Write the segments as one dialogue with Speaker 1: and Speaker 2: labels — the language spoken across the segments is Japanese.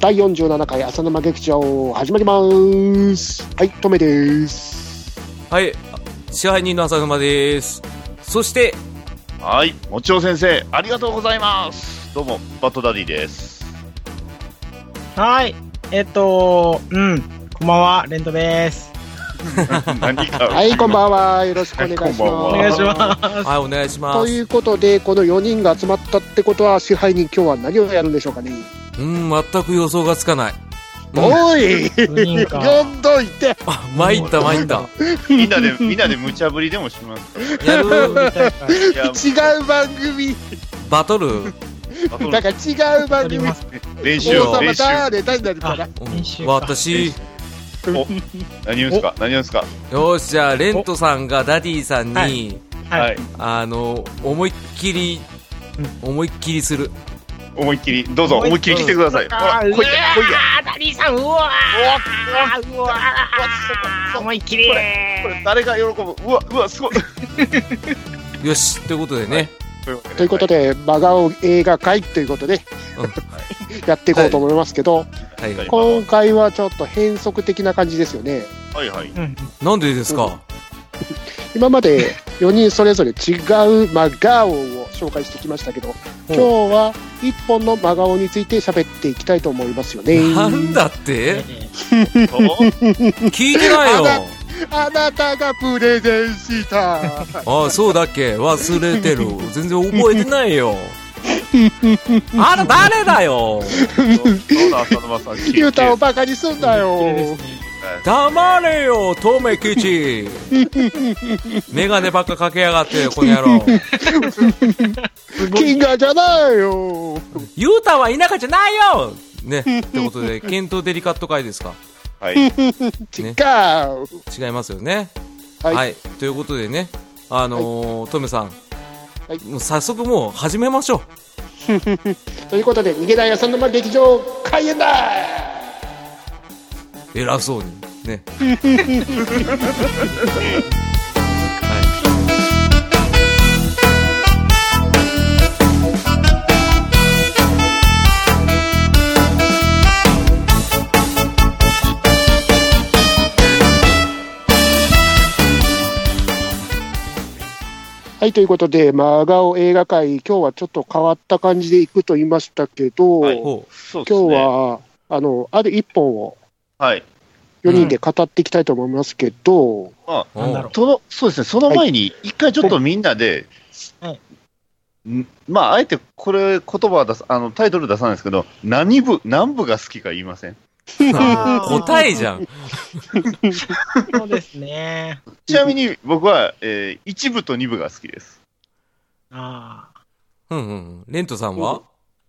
Speaker 1: 第47回浅沼劇場始まりますはいとめです
Speaker 2: はい、支配人の浅沼です。そして、
Speaker 3: はい、もちお先生、ありがとうございます。どうも、バットダディです。
Speaker 4: はい。えっと、うん。こんばんは、レントです。
Speaker 3: 何か。
Speaker 1: はいこんばんはよろしくお願いします
Speaker 3: こんばんは
Speaker 4: お願いします。
Speaker 2: はい、お願いしま
Speaker 1: と
Speaker 2: す。
Speaker 1: いうことでこの4人が集まったってことは支配人今日は何をやるんでしょうかね
Speaker 2: うん、全く予想がつかない。
Speaker 1: おい
Speaker 4: 4人か
Speaker 1: 呼んどいて
Speaker 2: あ、参った参った。
Speaker 3: みんなで、みんなで無茶ぶりでもしますか
Speaker 2: やる、
Speaker 3: い や、
Speaker 1: 違う番組
Speaker 2: バトル。うん
Speaker 3: バト
Speaker 1: だ
Speaker 3: ル
Speaker 1: から違う番
Speaker 4: あり
Speaker 1: 組
Speaker 4: ま
Speaker 1: 王
Speaker 4: す。
Speaker 3: 練習を、
Speaker 1: 様
Speaker 3: 練習。
Speaker 1: 誰誰誰から
Speaker 4: 練習か
Speaker 2: 私、
Speaker 3: 何をですか何をですか
Speaker 2: よし、じゃあ、レントさんがダディさん
Speaker 4: は
Speaker 2: に、
Speaker 3: は
Speaker 4: はいい。
Speaker 2: あの、思いっきり、思いっきりする。
Speaker 3: 思いっきり、どうぞ、思いっきり来てください。ほら、
Speaker 4: あ
Speaker 3: 来いで、来いで。
Speaker 4: あ、ダディさん、うわーうわ
Speaker 3: うわ
Speaker 4: ー思いっきり
Speaker 3: ここれ、誰が喜ぶうわ、うわ、すごい。
Speaker 2: よし、ということでね。
Speaker 3: というわけ
Speaker 1: ということで真顔映画会ということで
Speaker 2: うん
Speaker 1: やっていこうと思いますけど
Speaker 2: はい。
Speaker 3: はい
Speaker 1: 今回はちょっと変則的な感じですよね
Speaker 3: はいはい。
Speaker 4: うん。
Speaker 2: なんでですか
Speaker 1: 今まで4人それぞれ違う真顔を紹介してきましたけど今日は1本の真顔について喋っていきたいと思いますよね
Speaker 2: なんだって
Speaker 3: そう
Speaker 2: 聞いてないよ。
Speaker 1: あなたがプレゼン した
Speaker 2: あ、そうだっけ忘れてる。全然覚えてないよ。あら、誰だよ。
Speaker 3: そうだ、浅沼さん。
Speaker 1: ユタをバカにすんだよ
Speaker 2: 黙れよ、トメ吉。メガネばっかかけやがって、この野郎。
Speaker 1: キンガじゃないよ
Speaker 2: ユータは田舎じゃないよね、ってことで、検討デリカット会ですか
Speaker 3: はい。
Speaker 1: 違う、
Speaker 2: 違いますよね。
Speaker 1: はい
Speaker 2: ということでね、あのー、トメさん。
Speaker 1: はい
Speaker 2: もう早速もう始めましょ
Speaker 1: ということで逃げない浅沼劇場開演だ
Speaker 2: う。偉そうに。ね。
Speaker 1: はいということで真顔映画会今日はちょっと変わった感じでいくと言いましたけど、
Speaker 3: はい
Speaker 2: ほ
Speaker 3: そうです
Speaker 1: 今
Speaker 3: ね。
Speaker 1: 日。はあのある1本を
Speaker 3: はい。
Speaker 1: 4人で語っていきたいと思いますけど、
Speaker 3: ま
Speaker 2: う。
Speaker 4: なんだ
Speaker 2: お
Speaker 4: ろ
Speaker 2: う
Speaker 4: う。
Speaker 3: そのそうですね、その前に、一回ちょっとみんなで、
Speaker 4: はい
Speaker 3: んまあ、あえてこれ、言葉は出すあのタイトル出さないですけど、何部、何部が好きか言いません。
Speaker 2: 答えじゃん。
Speaker 4: そうですね。
Speaker 3: ちなみに僕は、えー、1部と2部が好きです。
Speaker 4: ああ。
Speaker 2: うんうん。レントさんは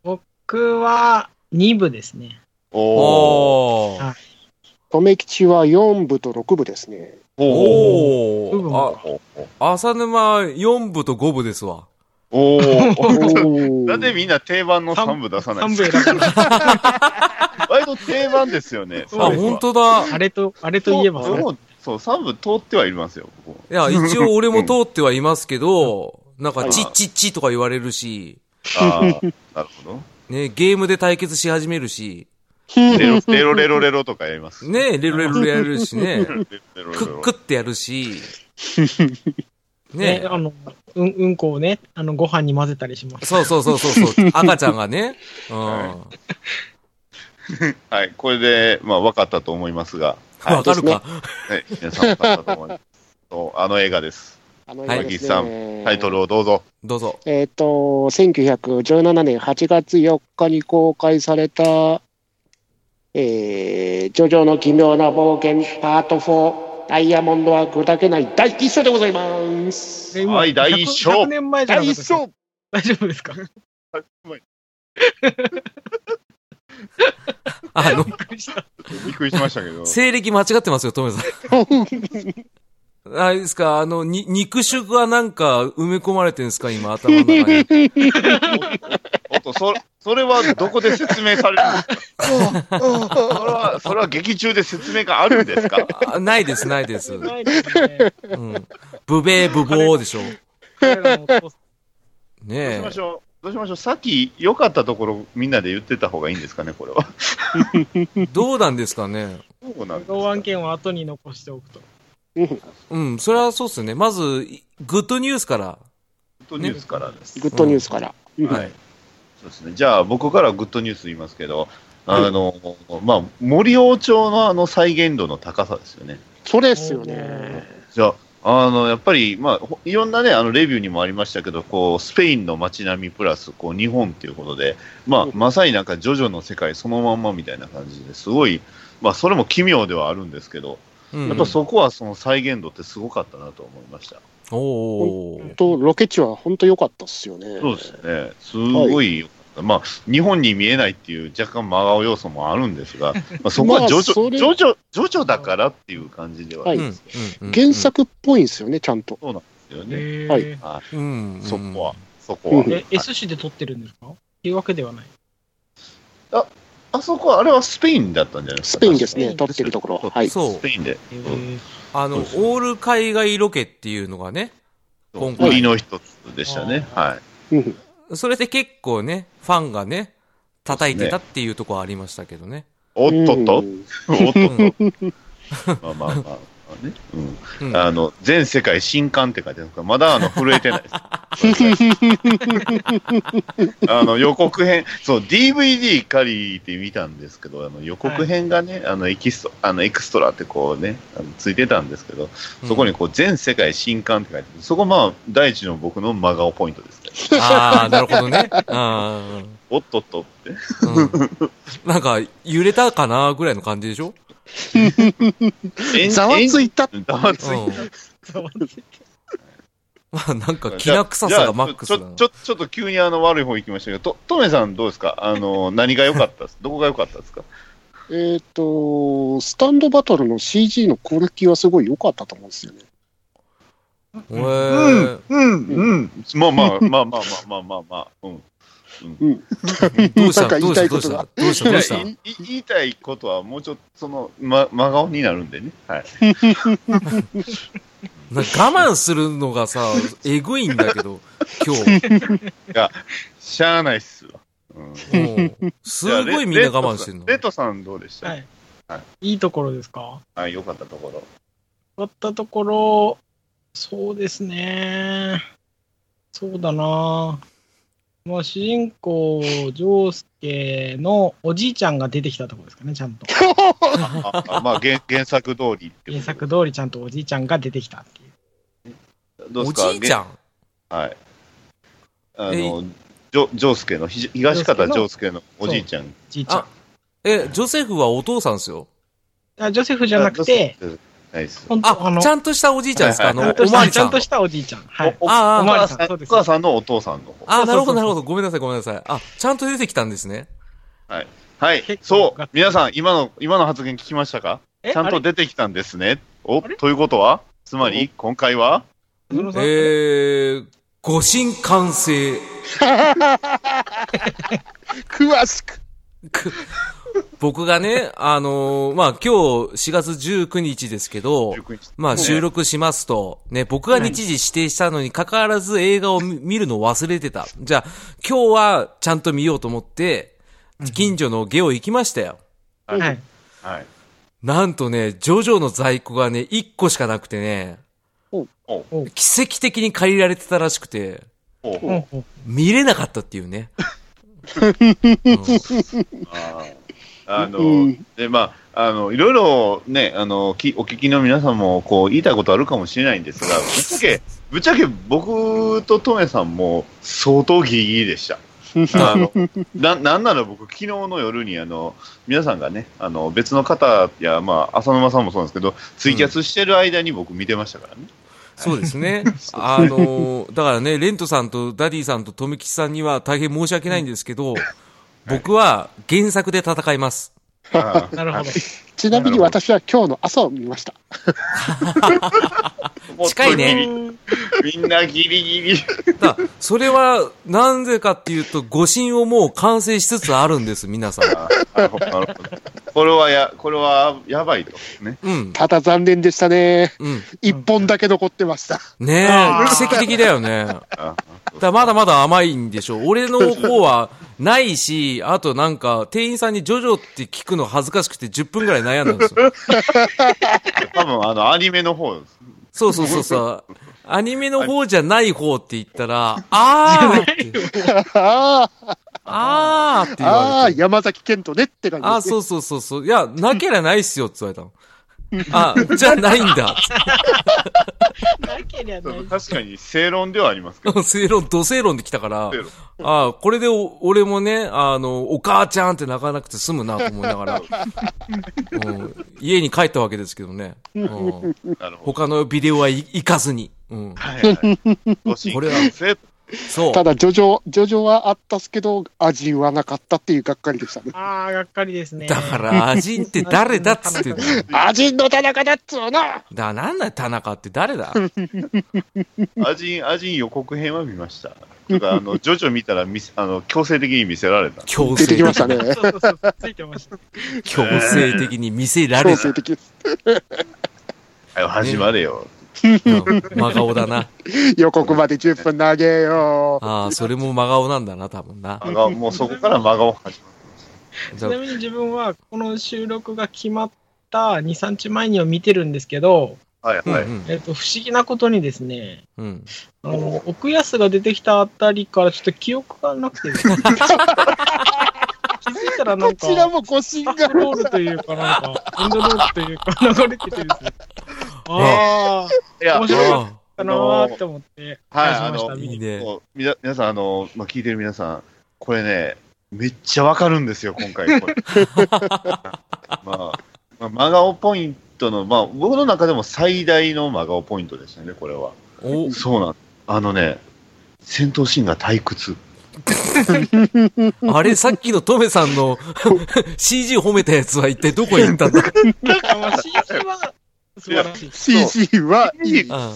Speaker 4: 僕は、2部ですね。
Speaker 3: おー
Speaker 2: おー。
Speaker 1: 留吉は4部と6部ですね。
Speaker 3: おー
Speaker 2: お
Speaker 4: 部分
Speaker 2: ー。あ、浅沼4部と5部ですわ。
Speaker 3: おー
Speaker 1: な
Speaker 3: なんでみんな定番の3部出さないん
Speaker 4: 3
Speaker 3: です
Speaker 4: 部選ぶの。
Speaker 3: か 割と定番ですよね。
Speaker 2: あ、
Speaker 4: そうです
Speaker 2: 本当だ。
Speaker 4: あれと、あれといえばそれ、
Speaker 3: そうそう、3部通ってはいますよ、 ここ
Speaker 2: いや、一応俺も通ってはいますけど、なんか
Speaker 3: は、い
Speaker 2: チッチッチとか言われるし、
Speaker 3: あーなるほど。
Speaker 2: ね、ゲームで対決し始めるし、
Speaker 3: レロレロレロレロとかやります。
Speaker 2: ね、レロレロやるしね、
Speaker 3: レロレロレ
Speaker 2: クッ
Speaker 3: ロ
Speaker 2: クってやるし、
Speaker 4: ね
Speaker 2: ね、、
Speaker 4: あの、うん、うんこをね、あの、ご飯に混ぜたりします。
Speaker 2: そうそうそうそうそう、赤ちゃんがね、うん、
Speaker 3: ははい、これで、まあ、分かったと思いますが。
Speaker 2: わかるか。
Speaker 3: はい、皆さん分かったと思います。 そうあの映画です。
Speaker 1: あの
Speaker 2: はい
Speaker 1: 今ですね
Speaker 3: タイトルをどうぞ。
Speaker 2: どうぞ。
Speaker 1: えっ、と、1917年8月4日に公開された、えー、ジョジョの奇妙な冒険パート4、ダイヤモンドは砕けない第一章でございます。
Speaker 4: で今
Speaker 3: はい第一章
Speaker 4: 100 100年前じゃな
Speaker 1: 第
Speaker 4: かった
Speaker 1: 一
Speaker 4: ですか
Speaker 1: 章
Speaker 4: 大丈夫ですか
Speaker 2: あの
Speaker 4: び、っくりした。
Speaker 3: びっくりしましたけど。
Speaker 2: 西暦間違ってますよ、トメさん。あれですか、あの、に、肉食がなんか埋め込まれてんですか、今、頭の中に。
Speaker 3: おっと、そ、それはどこで説明されるんですかそれは、それは劇中で説明があるんですか
Speaker 2: あないです、ないです。
Speaker 4: す
Speaker 2: う
Speaker 4: ごいですね。
Speaker 2: ん。ブベーブボーでしょ。
Speaker 4: 彼らのお父さん
Speaker 2: ね
Speaker 3: ど
Speaker 2: え
Speaker 3: うしま。しょう。どうしましょう。さっき良かったところみんなで言ってた方がいいんですかね、これは。
Speaker 2: どうなんですかね。
Speaker 3: そうなんです
Speaker 4: 老
Speaker 3: か
Speaker 4: 案件は後に残しておくと。
Speaker 1: うん
Speaker 2: うん、それはそうっすね。まず、いグッドニュースから。
Speaker 3: グッドニュースからです。
Speaker 1: グッドニュースから。うん
Speaker 3: はい。そうですね。じゃあ、僕からグッドニュース言いますけど、あの、まあ、森王朝のあの再現度の高さですよね。
Speaker 1: それですよね。
Speaker 3: じゃあ、あの、やっぱり、まあほ、いろんなね、あの、レビューにもありましたけど、こう、スペインの街並みプラス、こう、日本っていうことで、まあ、
Speaker 1: うん
Speaker 3: まさになんか、ジョジョの世界そのまんまみたいな感じですごい、まあ、それも奇妙ではあるんですけど、
Speaker 2: うん、
Speaker 3: やっぱそこはその再現度ってすごかったなと思いました。
Speaker 2: おー
Speaker 1: とロケ地は本当良かったっすよね。
Speaker 3: そうですね。すごい良かった、まあ、日本に見えないっていう若干真顔要素もあるんです が、まあ、そこ
Speaker 1: ま
Speaker 3: は
Speaker 1: あ
Speaker 3: ジョジ
Speaker 1: それ
Speaker 3: ョ、ジョジョ、ジョジョだからっていう感じではあ
Speaker 1: はい
Speaker 3: る
Speaker 2: うんん
Speaker 3: です
Speaker 2: うん
Speaker 1: 原作っぽいんですよね、ちゃんと。
Speaker 3: よね。
Speaker 4: へー
Speaker 1: はい
Speaker 2: うんうん
Speaker 3: そこは。そこは。
Speaker 1: うん
Speaker 3: は
Speaker 4: え
Speaker 3: い、
Speaker 4: S 市で撮ってるんですかっていうわけではない。
Speaker 3: あそこは、あれはスペインだったんじゃないです
Speaker 1: ス
Speaker 3: か。
Speaker 1: ペインです
Speaker 4: 確
Speaker 1: ね、
Speaker 4: か
Speaker 1: 撮
Speaker 3: に
Speaker 1: ってるところ。はい。
Speaker 2: そう
Speaker 3: スペインで。
Speaker 4: へ
Speaker 3: うん
Speaker 4: ー
Speaker 2: あの、オール海外ロケっていうのがね、今回
Speaker 3: 売りの一つでしたね。は
Speaker 1: うん
Speaker 2: それで結構ね、ファンがね、叩いてたっていうところありましたけどね。
Speaker 3: い。おっとっと
Speaker 1: う、ん
Speaker 3: おっと
Speaker 2: うん
Speaker 3: っと。まあまあまあまあね。う
Speaker 2: うん
Speaker 3: ん。あの、全世界新刊って書いてあるんですけど、まだあの、震え てないです。あの、予告編、そう、DVD 借りて見たんですけど、あの、予告編がね、あの、エキスト、あの、エクストラってこうね、あのついてたんですけど、そこにこう、全世界新刊って書いてある。そこまあ、第一の僕の真顔ポイントですね。
Speaker 2: ああ、なるほどね。あ
Speaker 3: おっとっとって。
Speaker 2: ーうん なんか、揺れたかなぐらいの感じでしょ
Speaker 3: えん
Speaker 1: ざわつ
Speaker 3: えん
Speaker 1: いた。
Speaker 3: ざわつい
Speaker 2: うん。
Speaker 4: ざわついて
Speaker 2: まあなんか、きな臭さがマックスだ
Speaker 3: じゃ
Speaker 2: な
Speaker 3: あちょちょちょっと急にあの悪い方行きましたけど、と、トメさんどうですかあの、何が良かったですどこが良かったですか
Speaker 1: えっと、スタンドバトルの CG のクオリティはすごい良かったと思うんですよね。
Speaker 2: えー
Speaker 3: うん、うん。まあまあ、まあまあまあまあまあ、うん。
Speaker 2: どうし
Speaker 1: なん
Speaker 2: た
Speaker 1: か
Speaker 2: ど
Speaker 1: 言いい
Speaker 2: うしたたど
Speaker 1: こ
Speaker 2: う
Speaker 1: と
Speaker 2: した
Speaker 1: が
Speaker 2: どうした
Speaker 3: い
Speaker 2: ど
Speaker 3: や
Speaker 2: うした
Speaker 3: いい言いたいことは、もうちょっと、その、ま、真顔になるんでね。はい。
Speaker 2: なんか我慢するのがさ、えぐいんだけ ど、今日。
Speaker 3: しゃあないっすわ。うん。
Speaker 2: うんすごいみんな我慢してるの。
Speaker 3: レッドさんレッドさんどうでした
Speaker 4: は
Speaker 3: はい
Speaker 4: い。いいところですか
Speaker 3: あ、良かったところ。
Speaker 4: 終わったところ、そうですね。そうだな。まあ、主人公、ジョウスケのおじいちゃんが出てきたところですかね、ちゃん と。
Speaker 3: あ、あまあ、原原作通りって
Speaker 4: 原
Speaker 3: こと
Speaker 4: 作通りちゃんとおじいちゃんが出てきたっていう。
Speaker 3: どうで
Speaker 2: お
Speaker 3: すか
Speaker 2: じいちゃん
Speaker 3: はい。あ
Speaker 2: え
Speaker 3: の、ジョ、ジョースケの、ひじ東方
Speaker 4: ジ
Speaker 3: ジ
Speaker 4: ョ
Speaker 3: ョ
Speaker 4: ー
Speaker 3: ースケのおじいちゃん。
Speaker 4: おじいちゃん
Speaker 2: あ。、え、ジョセフはお父さんですよ。
Speaker 4: あジョセフじゃなくて、、
Speaker 3: ないっす。
Speaker 4: 本当あ
Speaker 2: あ
Speaker 4: の、、
Speaker 2: ちゃんとしたおじいちゃんですかあ
Speaker 3: はい
Speaker 2: の、
Speaker 3: は
Speaker 2: お
Speaker 3: い
Speaker 2: ま
Speaker 3: はい
Speaker 4: ちゃんとした
Speaker 2: わり
Speaker 4: ち
Speaker 2: さ
Speaker 4: ゃ
Speaker 2: ん
Speaker 4: んと。したおじいちゃん。はい。
Speaker 3: お
Speaker 2: あー
Speaker 3: お母
Speaker 4: あ
Speaker 3: さ
Speaker 4: ー
Speaker 3: ん
Speaker 4: そう
Speaker 3: お
Speaker 4: です
Speaker 3: 母さんのお父さんの方。
Speaker 2: あ、なるほ
Speaker 4: そ
Speaker 2: ど、
Speaker 4: うそうそうそう
Speaker 2: なるほど。ごめんなさい、ごめんなさい。あ、ちゃんと出てきたんですね。
Speaker 3: はい
Speaker 4: 結。構
Speaker 3: そう。皆さん、今の、今の発言聞きましたか
Speaker 4: え
Speaker 3: ちゃんと出てきたんですね。お、ということはつまり、今回は
Speaker 4: あ
Speaker 2: え
Speaker 4: れ
Speaker 2: ー、ご神完成。
Speaker 1: 詳しく。
Speaker 2: く僕がね、あのーまあ、今日4月19日ですけど、
Speaker 3: 19日
Speaker 2: まあ、
Speaker 3: ね
Speaker 2: 収録しますと、ね、僕が日時指定したのに関わらず映画を見見るのを忘れてた。じゃあ、今日はちゃんと見ようと思って、近所のゲオ行きましたよ。
Speaker 4: はい。
Speaker 3: はい。
Speaker 2: なんとね、ジョジョの在庫がね、1個しかなくてね、
Speaker 3: お
Speaker 2: 奇跡的に借りられてたらしくて、
Speaker 4: う
Speaker 3: お
Speaker 4: んうん
Speaker 2: 見れなかったっていうね。
Speaker 3: あーあの、
Speaker 1: うん
Speaker 3: で、まあ、あの、いろいろね、あの、きお聞きの皆さんも、こう、言いたいことあるかもしれないんですが、ぶっちゃけ、ぶっちゃけ僕とトメさんも、相当ギリギリで した。あのななんなら僕、昨日の夜にあの皆さんがね、あの別の方や、まあ、浅沼さんもそうなんですけど、ツイキャスしてる間に僕、見てましたからね。
Speaker 2: そうですね。あのーだからね、レントさんとダディさんと富吉さんには大変申し訳ないんですけど、僕は原作で戦います。
Speaker 3: あ
Speaker 4: なるほど。
Speaker 1: ちなみに私は今日の朝を見ました。
Speaker 3: ー
Speaker 2: 近いね。
Speaker 3: みんなギリギリ。
Speaker 2: だからそれは、なぜかっていうと、誤信をもう完成しつつあるんです、皆さん。
Speaker 3: あなるほどなるほどこれはや、これはやばいと。ね。
Speaker 2: うん。
Speaker 1: ただ残念でしたね。
Speaker 2: うん。
Speaker 1: 一本だけ残ってました。
Speaker 2: ねえ
Speaker 4: あー、
Speaker 2: 奇跡的だよね。
Speaker 3: あ
Speaker 2: だまだまだ甘いんでしょう。俺の方はないし、あとなんか、店員さんにジョジョって聞くの恥ずかしくて10分ぐらい悩んだんですよ。
Speaker 3: 多分あの、アニメの方です。
Speaker 2: そうそうそ うそう。アニメの方じゃない方って言ったら、あーって、
Speaker 1: あー
Speaker 2: あーって言わ
Speaker 1: あ
Speaker 2: れ
Speaker 1: ー、
Speaker 2: て。
Speaker 1: 山崎賢人ねって感じ。
Speaker 2: ああ、そうそうそうそう。いや、なけりゃないっすよって言われたの。 あ、じゃないんだ。
Speaker 4: なけりゃない。
Speaker 3: 確かに正論ではありますけど。
Speaker 2: 正論、土正論で来たから
Speaker 3: 正論、
Speaker 2: ああ、これでお俺もね、あの、お母ちゃんって泣かなくて済むなと思いながら、うん家に帰ったわけですけどね。うん
Speaker 3: なるほど。
Speaker 2: 他のビデオはい行かずに。うん
Speaker 3: はいはい。ご心
Speaker 2: これは
Speaker 3: 配せ
Speaker 2: そう
Speaker 1: た。だ、ジョジョ、ジョジョはあったっすけど、味はなかったっていうがっかりでしたね。
Speaker 4: ああ、がっかりですね。
Speaker 2: だから、アジンって誰だっつってんだよ。
Speaker 1: 味の田中だっつうな
Speaker 2: だ、なんだよ、田中って誰だ
Speaker 3: アジン、アジン予告編は見ました。とか、あの、ジョジョ見たら見せ、あの、強制的に見せられた。
Speaker 2: 強
Speaker 1: 出てき
Speaker 2: 制
Speaker 1: ま、したね。
Speaker 4: そうそうそう、ついてました。
Speaker 2: 強制的に見せら
Speaker 1: 強
Speaker 2: れた
Speaker 1: 制。的です
Speaker 3: はい、始まれよ。
Speaker 2: うん真顔だな。
Speaker 1: 予告まで10分投げよ
Speaker 2: ああ、それも真顔なんだな、多分な。
Speaker 3: 真顔もうそこから真顔始ま
Speaker 2: じ
Speaker 4: ち
Speaker 2: ゃあ
Speaker 4: なみに自分は、この収録が決まった2、3日前には見てるんですけど、
Speaker 3: る。はい、はい。
Speaker 2: うん
Speaker 4: えっと、不思議なことにですね、
Speaker 2: うんうん
Speaker 4: あの、奥安が出てきたあたりからちょっと記憶がなくてですね、気づいたらな
Speaker 1: こ
Speaker 4: んか、
Speaker 1: ちらも腰
Speaker 4: バ
Speaker 1: が
Speaker 4: ックロールというか、なんか、エンドロールというか、流れててですね、あ
Speaker 3: いや、
Speaker 4: 面
Speaker 2: あ
Speaker 4: 白い
Speaker 2: あ
Speaker 4: あ、かなーって思って、
Speaker 3: はい
Speaker 4: 返しました
Speaker 3: あの
Speaker 4: 見
Speaker 2: いい
Speaker 4: に
Speaker 2: ね。
Speaker 3: もうみな皆さん、あの、まあ、聞いてる皆さん、これね、めっちゃわかるんですよ、今回。これ まあ、まあ、真顔ポイントの、まあ、僕の中でも最大の真顔ポイントでしたね、これは。
Speaker 2: お、
Speaker 3: そうなんあのね、戦闘シーンが退屈。
Speaker 2: あれ、さっきのトメさんの CG 褒めたやつは一体どこへ行ったんだ
Speaker 4: あまあ CG は素晴らしい。
Speaker 1: CG はいい。
Speaker 3: な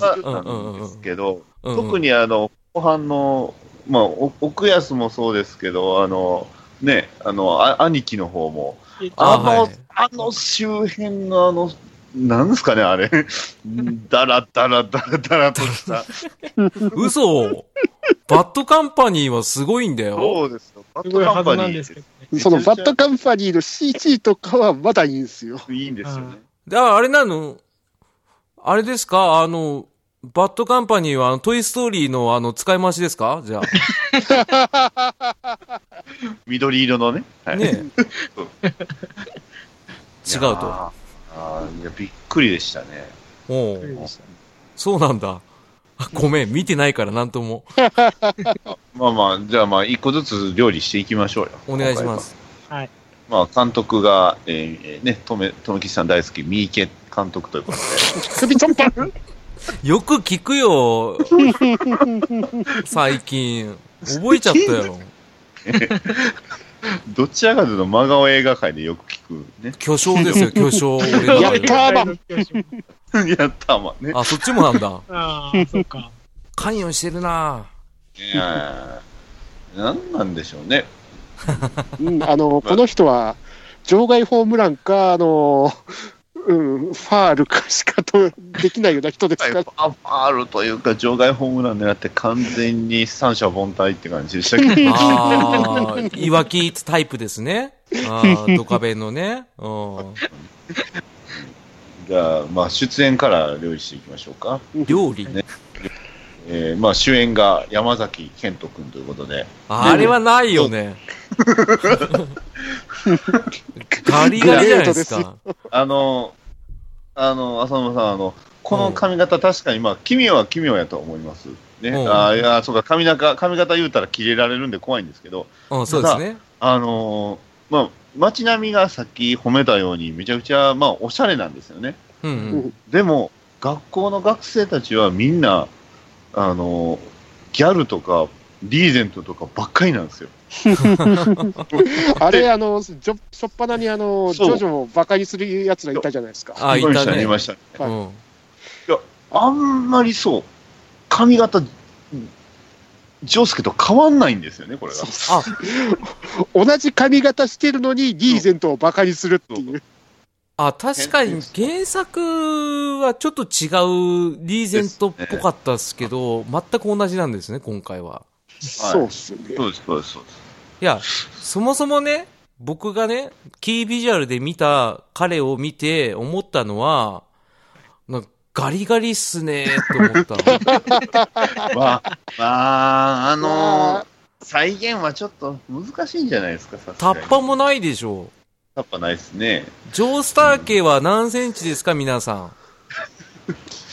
Speaker 3: んですけど、
Speaker 2: うん
Speaker 3: 特にあの、後半の、まあ、お奥安もそうですけど、あの、ね、あの、あ兄貴の方も、
Speaker 2: あ
Speaker 3: あ
Speaker 2: ー
Speaker 3: の、
Speaker 2: はい
Speaker 3: あの周辺のあの、なんですかね、 あれ。だらだらだらだらとした。
Speaker 2: 嘘バッドカンパニーはすごいんだよ。
Speaker 3: そうですよ。バ
Speaker 4: す
Speaker 3: ッ
Speaker 4: ご
Speaker 3: ド
Speaker 4: い
Speaker 3: カ
Speaker 4: は
Speaker 3: ンパ
Speaker 4: ずな
Speaker 3: ニ
Speaker 4: んで
Speaker 3: ー
Speaker 4: すけどね。
Speaker 1: そのバッドカンパニーの CG とかはまだいいんですよ。
Speaker 3: いいんですよね。
Speaker 2: だからあれなのあれですかあの、バッドカンパニーはあのトイストーリーのあの使い回しですかじゃ
Speaker 3: 緑色のね。は
Speaker 2: あ。
Speaker 3: い、
Speaker 2: ねえ
Speaker 3: そう
Speaker 2: 違う
Speaker 3: いやー
Speaker 2: と。
Speaker 3: あーいや、びっくりでしたね。
Speaker 2: おうそうなんだ。あごめん、見てないからなんとも。
Speaker 3: まあまあ、じゃあまあ、一個ずつ料理していきましょうよ。
Speaker 2: お願いします。
Speaker 3: 今回は。まあ、監督が、えーえーね、とめ、とめきちさん大好き、三池監督ということで。
Speaker 1: 首ちょんぱ ん
Speaker 2: よく聞 くよ。最近。覚えちゃったよ。
Speaker 3: どちらかというと、真顔映画界でよく聞くね。
Speaker 2: 巨匠です よ、巨匠。俺の
Speaker 1: や
Speaker 2: 中
Speaker 1: っ
Speaker 2: で
Speaker 1: た
Speaker 2: は
Speaker 1: ーば
Speaker 3: やったまあね。
Speaker 2: あ、そっちもなんだ。
Speaker 4: ああ、そうか。
Speaker 2: 関与して るない、
Speaker 3: やーなんなんでしょうね。
Speaker 1: うん、あの、この人は、場外ホームランか、あの、うん、ファールかしかとできないような人ですから、
Speaker 3: ファールというか、場外ホームラン狙って完全に三者凡退って感じでしたけど
Speaker 2: ああ、いわきタイプですね。ああ、ドカベンのね。う
Speaker 3: じゃあ、まあ、出演から料理していきましょうか。
Speaker 2: ん。料理。
Speaker 3: えーまあ、主演が山崎賢人君ということで、
Speaker 2: あれはないよね。ガリガリじゃないですか。
Speaker 3: あの、あの、浅野さん、あの、この髪型、確かに、まあ、奇妙は奇妙やと思います。ね、
Speaker 2: うん
Speaker 3: あーいや、そうか、髪中、髪型言うたら切れられるんで怖いんですけど、
Speaker 2: うん、そうですね。
Speaker 3: あのーまあ、街並みがさっき褒めたように、めちゃくちゃ、まあ、おしゃれなんですよね。
Speaker 2: うんうん。
Speaker 3: でも、学校の学生たちはみんな、あの、ギャルとか、リーゼントとかばっかりなんですよ。
Speaker 1: あれ、あの、じょしょっぱなに、あの、ジ
Speaker 3: そう
Speaker 1: ョジョをバカにするやつらいたじゃないですか。
Speaker 2: あ、いたね。
Speaker 3: いました。
Speaker 2: う
Speaker 1: た
Speaker 2: ん。
Speaker 3: あんまりそう、髪型、ジョースケと変わんないんですよね、これが。
Speaker 2: あ、
Speaker 1: 同じ髪型してるのに、リーゼントをバカにするっていう。
Speaker 2: あ、確かに原作はちょっと違うリーゼントっぽかったですけど、全く同じなんですね、今回は。
Speaker 1: そうっすね。
Speaker 3: そうです、そうです、そうです。
Speaker 2: いや、そもそもね、僕がね、キービジュアルで見た彼を見て思ったのは、なんかガリガリっすねーって思ったの。
Speaker 3: まあ、まあ、
Speaker 1: ま
Speaker 3: あの
Speaker 1: あ
Speaker 3: 再現はちょっと難しいんじゃないですか、さす
Speaker 2: タ
Speaker 3: がに
Speaker 2: ッパもないでしょ
Speaker 3: タッパないですね。
Speaker 2: ジョースター系は何センチですか、皆さん。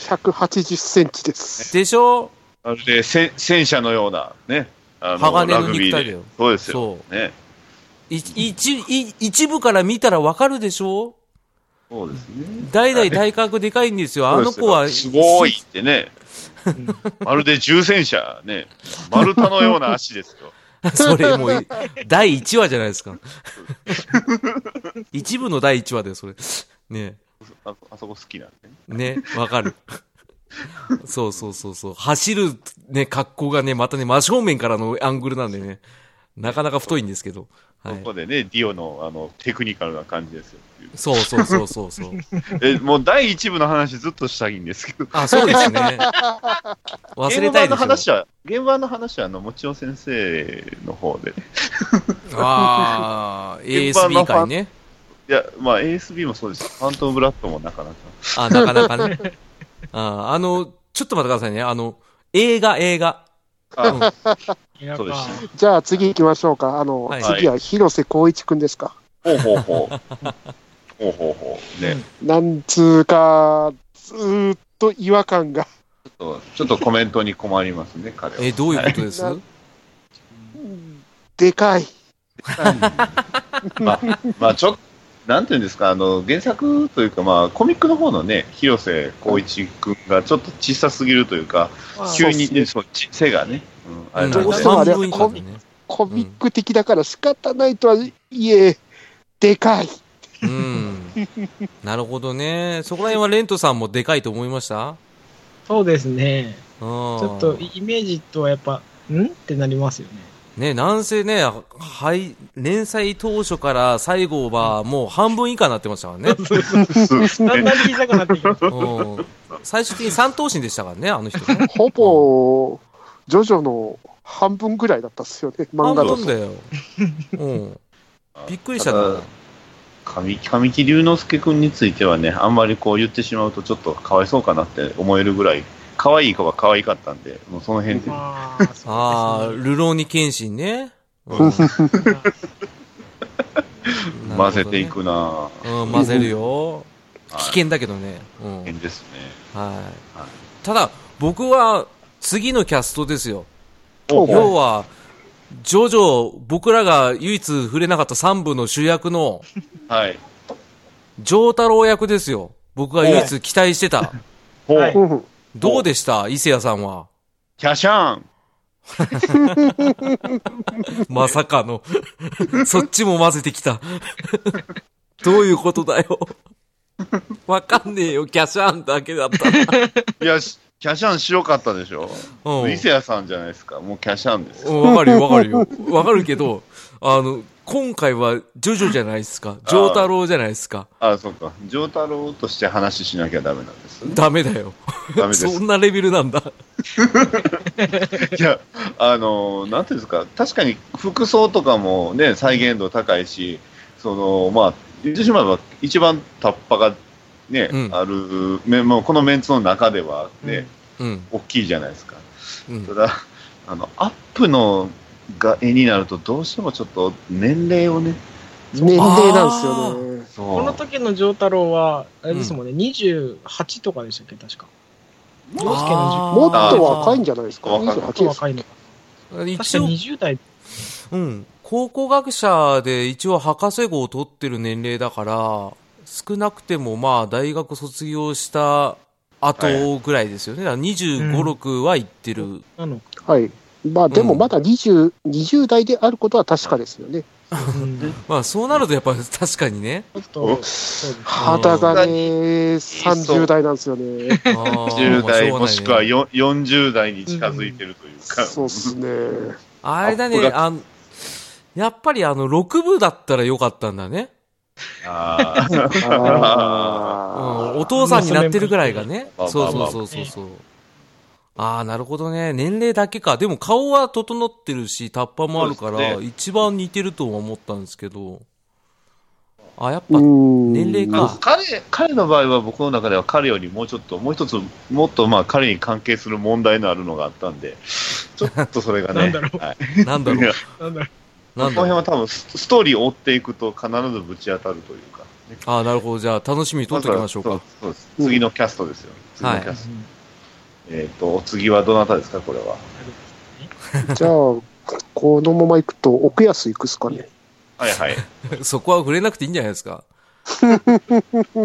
Speaker 1: 180センチです。
Speaker 2: でしょ
Speaker 3: あれで、せ戦車のような、ね。あ
Speaker 2: 鋼の
Speaker 3: ラグビ
Speaker 2: 肉
Speaker 3: ーで
Speaker 2: 体だよ
Speaker 3: そうですよ。
Speaker 2: そう。
Speaker 3: ね。
Speaker 2: い一い一部から見たらわかるでしょ
Speaker 3: そうですね。
Speaker 2: 代々体格でかいんですよ。あの子は。
Speaker 3: すごいってね。まるで重戦車ね。丸太のような足ですよ。
Speaker 2: それもう、第1話じゃないですか。 一部の第1話だよ、それ。ね
Speaker 3: ああそこ好きなんでね。
Speaker 2: ね、わかる。そうそうそうそう。走るね、格好がね、またね、真正面からのアングルなんでね、なかなか太いんですけど。は
Speaker 3: そ
Speaker 2: い。
Speaker 3: こでね、ディオのあのテクニカルな感じですよっていう。
Speaker 2: そうそうそうそうそう。
Speaker 3: え、もう第一部の話ずっとしたいんですけど。
Speaker 2: あ、そうですね。忘れたい
Speaker 3: 現場の
Speaker 2: でし
Speaker 3: 話は、現場の話は、あの、もちお先生の方で。
Speaker 2: ょ。ああ、
Speaker 3: 現
Speaker 2: ASB
Speaker 3: 場のファ
Speaker 2: 会
Speaker 3: ン
Speaker 2: ね。
Speaker 3: いや、まあ ASB もそうですファントムブラッドもなかなか。
Speaker 2: あ、なかなかね。 あーあの、ちょっと待ってくださいね。あの、映画、映画。
Speaker 3: あ
Speaker 2: うん
Speaker 4: 映画
Speaker 3: そうで
Speaker 4: か
Speaker 3: し
Speaker 1: じゃあ次行きましょうか。あの、
Speaker 2: はい
Speaker 1: 次は広瀬光一くんですか。
Speaker 3: ほうほう ほう。ほうほうほう。ね。
Speaker 1: なんつうか、ずーっと違和感が。
Speaker 3: ちょっとちょっとコメントに困りますね、彼は。
Speaker 2: え、どういうことです
Speaker 1: はいでかい。
Speaker 3: まあ、まあ、ちょっと、なんていうんですか、あの、原作というか、まあ、コミックの方のね、広瀬光一君がちょっと小さすぎるというか、
Speaker 4: まあ
Speaker 3: 急に、ね、そうち背がね、うん、あれなん
Speaker 1: ど
Speaker 3: で
Speaker 1: う、してもあれ
Speaker 2: 半分以下だね
Speaker 1: コミック的だから仕方ないとはいえ、でかい。
Speaker 2: うん。なるほどね。そこら辺はレントさんもでかいと思いました
Speaker 4: そうですね。
Speaker 2: ち
Speaker 4: ちょ
Speaker 2: ょ
Speaker 4: っとイメージとはやっぱ、んってなりますよね。
Speaker 2: ね、なんせね、はい、連載当初から最後はもう半分以下になってましたからね。
Speaker 3: す
Speaker 4: だん
Speaker 3: ね
Speaker 4: だん小さくなってきます。
Speaker 2: うん最終的に三頭身でしたからね、あの人ね。
Speaker 1: ほぼ、ジョジョの半分ぐらいだったっすよね、漫
Speaker 2: 半
Speaker 1: 画だ
Speaker 2: 分
Speaker 1: と。
Speaker 2: だよ。うん。びっくりした
Speaker 3: た
Speaker 2: な
Speaker 3: だ。神神木隆之介君についてはね、あんまりこう言ってしまうと、ちょっとかわいそうかなって思えるぐらい、可愛い子が可愛かったんで、もうその辺で、
Speaker 4: ま
Speaker 2: あ
Speaker 4: あ、
Speaker 2: あ、
Speaker 4: そうですね
Speaker 2: ルローニケンシンね。うん
Speaker 1: うん
Speaker 3: 混ぜてい。くな
Speaker 2: なるほどねうん、混ぜるよ。危
Speaker 3: ぁ、はい
Speaker 2: 険だけどね。うん
Speaker 3: 危。険ですね。
Speaker 2: は。
Speaker 3: はい
Speaker 2: ただ、僕は次のキャストですよ。
Speaker 1: ほうほう
Speaker 2: 要は、ジョジョ、僕らが唯一触れなかった3部の主役 の、
Speaker 3: はい。
Speaker 2: ジョータロウ役ですよ。僕が唯一期待してた。
Speaker 3: ほう、
Speaker 4: はい
Speaker 1: うん
Speaker 2: どうでした伊勢谷さんは。
Speaker 3: キャシャ ン
Speaker 2: まさかの。そっちも混ぜてきた。どういうことだよ。わかんねえよ、キャシャーンだけだったら。
Speaker 3: いや、しキャシャン白かったでしょ
Speaker 2: うん
Speaker 3: 伊勢谷さんじゃないですか。もうキャシャンです
Speaker 2: う
Speaker 3: よ。
Speaker 2: んわかるよ、わかるよ。わかるけど、あの、今回はジョジョじゃないですか。ジョータロウじゃないですか。
Speaker 3: あそうか。丈太郎として話しなきゃダメなんです。
Speaker 2: ダメだよ。
Speaker 3: ダメです。
Speaker 2: そんなレベルなんだ。
Speaker 3: いや、あの、なんていうんですか、確かに服装とかもね、再現度高いし、その、まあ、言ってしまえば、一番タッパがね、
Speaker 2: うん
Speaker 3: ある、めもうこのメンツの中ではね、
Speaker 2: うん。
Speaker 3: 大きいじゃないですか。
Speaker 2: うん
Speaker 3: ただ、あの、アップのが絵になると、どうしてもちょっと年齢をね、
Speaker 1: 年齢なんですよね。
Speaker 3: そう
Speaker 4: この時の丈太郎は、あれですもんね、28とかでしたっけ、確か。
Speaker 2: も
Speaker 4: 洋介の
Speaker 1: もっと若いんじゃないですか、
Speaker 3: あー
Speaker 4: も
Speaker 1: 28
Speaker 4: っと
Speaker 1: です。
Speaker 4: 若いのか。確
Speaker 2: 一
Speaker 4: か
Speaker 2: 応、
Speaker 4: 20代。
Speaker 2: うん。考古学者で一応博士号を取ってる年齢だから、少なくてもまあ大学卒業した後ぐらいですよね。だから25、
Speaker 4: うん
Speaker 2: 6は行ってる。
Speaker 4: なのか。
Speaker 1: はい。まあでも
Speaker 2: うん
Speaker 1: まだ20、20代であることは確かですよね。
Speaker 4: うんち
Speaker 2: まあそうなるとやっぱ確かに ね。
Speaker 4: ょっと、そうですね。
Speaker 1: 肌がね、30代なんですよね。
Speaker 2: あー
Speaker 3: 10代、もしくは
Speaker 2: まあしょうがないね
Speaker 3: よ40代に近づいてるというか、
Speaker 1: そうっすね。
Speaker 2: あれだ
Speaker 3: アップ
Speaker 2: ね、
Speaker 3: が
Speaker 2: あの、やっぱりあの、6部だったらよかったんだね。
Speaker 3: あー
Speaker 1: あ
Speaker 2: うん、お父さんになってるぐらいがね。
Speaker 3: ま
Speaker 2: そ
Speaker 3: あ
Speaker 2: うそうそうそうそう。ああ、なるほどね。年齢だけか。でも顔は整ってるし、タッパもあるか
Speaker 3: そうで
Speaker 2: ら、
Speaker 3: す
Speaker 2: 一番似てるとは思ったんですけど。あ、やっ
Speaker 1: ー
Speaker 2: ぱ、
Speaker 1: うん
Speaker 2: 年齢か
Speaker 3: 僕 彼彼の場合は僕の中では彼よりもうちょっと、もう一つ、もっとまあ彼に関係する問題のあるのがあったんで、ちょっとそれが
Speaker 4: な
Speaker 3: ね、
Speaker 4: んだろう
Speaker 3: はい、
Speaker 2: なんだ
Speaker 3: い
Speaker 2: ろ
Speaker 3: や
Speaker 2: う。
Speaker 4: なんだろ
Speaker 2: なん
Speaker 3: この
Speaker 2: だ
Speaker 3: 辺
Speaker 2: ろう。
Speaker 3: は多分スストーリーを追っていくと必ずぶち当たるというか。
Speaker 2: ああ、なるほど。じゃあ、楽しみに撮っときましょうか。
Speaker 3: そうです次のキャストですよ。次のキャスト。えっ、と、お次はどなたですか、これは。
Speaker 1: じゃあ、このまま行くと、奥安行くっすかね。
Speaker 3: はいはい。
Speaker 2: そこは触れなくていいんじゃないです か。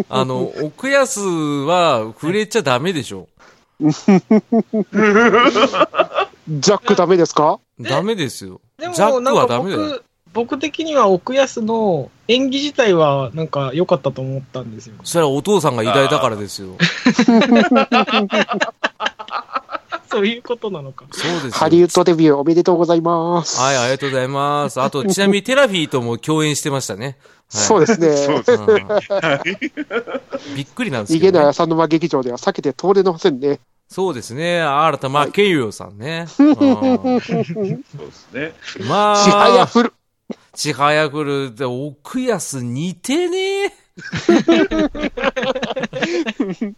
Speaker 2: あの、奥安は触れちゃダメでしょ。
Speaker 1: ジャックダメですか
Speaker 2: ダメですよ。
Speaker 4: うで
Speaker 2: ジャ
Speaker 4: も、
Speaker 2: ッ
Speaker 4: な
Speaker 2: クは
Speaker 4: ん
Speaker 2: ダ
Speaker 4: か
Speaker 2: メだよ。
Speaker 4: 僕、僕的には奥安の演技自体は、なんか良かったと思ったんで すよ。
Speaker 2: それはお父さんが偉大だからです よ。
Speaker 4: そういうことなのか。
Speaker 2: そうですよ。
Speaker 1: ハリウッドデビューおめでとうございます。
Speaker 2: はい、ありがとうございます。あと、ちなみにテラフィーとも共演してましたね。はい、
Speaker 1: そうです
Speaker 3: そう
Speaker 1: ね。
Speaker 3: です。
Speaker 2: うんびっくりなんです
Speaker 1: 逃
Speaker 2: け
Speaker 1: げない
Speaker 2: ど、ね。
Speaker 1: 浅沼劇場では避けて通れませんね。
Speaker 2: そうですね。新田真剣佑さんね。うん
Speaker 3: そうですね。
Speaker 2: ま
Speaker 1: ちはや
Speaker 2: あ、
Speaker 1: ふる。
Speaker 2: ちはやふるで、奥安似てねえ。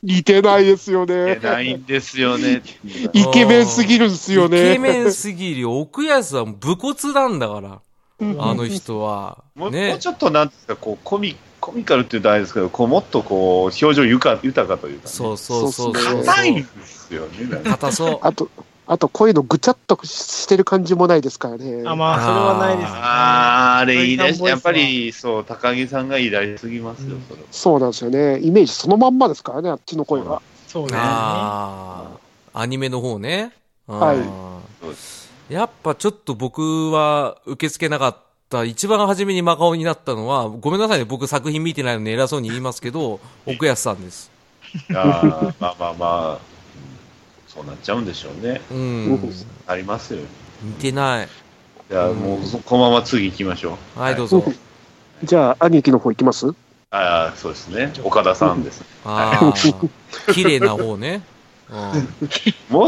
Speaker 1: 似てないですよ
Speaker 3: いや
Speaker 1: ね。
Speaker 3: ないんです よね。
Speaker 1: イケメンすぎるんですよね。
Speaker 2: イケメンすぎる。奥安は武骨なんだから。あの人は。
Speaker 3: もうも
Speaker 2: ね
Speaker 3: うち。ょっとなんですか、こう、コミ、コミカルって言うとあれですけど、こう、もっとこう、表情ゆか豊かというか、ね。。
Speaker 2: そううそうそ
Speaker 1: そう
Speaker 2: う
Speaker 1: っす
Speaker 2: そう。
Speaker 1: ね
Speaker 3: 硬いんですよね。なんか
Speaker 2: 硬そう。
Speaker 1: あと、あと声のぐちゃっとしてる感じもないですからね。
Speaker 4: あ、まあ、それはないですね。
Speaker 3: あー、あれいいです
Speaker 4: そうい
Speaker 3: や
Speaker 4: う感
Speaker 3: っ
Speaker 4: じ
Speaker 3: ぱ
Speaker 4: ボイスは
Speaker 3: り、そう、高木さんが偉大すぎますよ、
Speaker 4: うん
Speaker 3: それは
Speaker 1: そうなんですよね。イメージそのまんまですからね、あっちの声は。
Speaker 4: そうですね。
Speaker 2: ああ、アニメの方ね。
Speaker 1: はい
Speaker 2: い。やっぱちょっと僕は受け付けなかった、一番初めに真顔になったのは、ごめんなさいね、僕作品見てないのに偉そうに言いますけど、奥安さんです。
Speaker 3: あーまあまあまあ、そうなっちゃうんでしょうね。
Speaker 2: うん。
Speaker 3: ありますよ。
Speaker 2: 似てない。
Speaker 3: じゃあ、もう、そこのまま次行きましょう。
Speaker 2: はい、どうぞ。
Speaker 1: じゃあ、兄貴の方行きます
Speaker 3: ああ、そうですね。岡田さんです。
Speaker 2: あ あ、綺麗な方ね。うん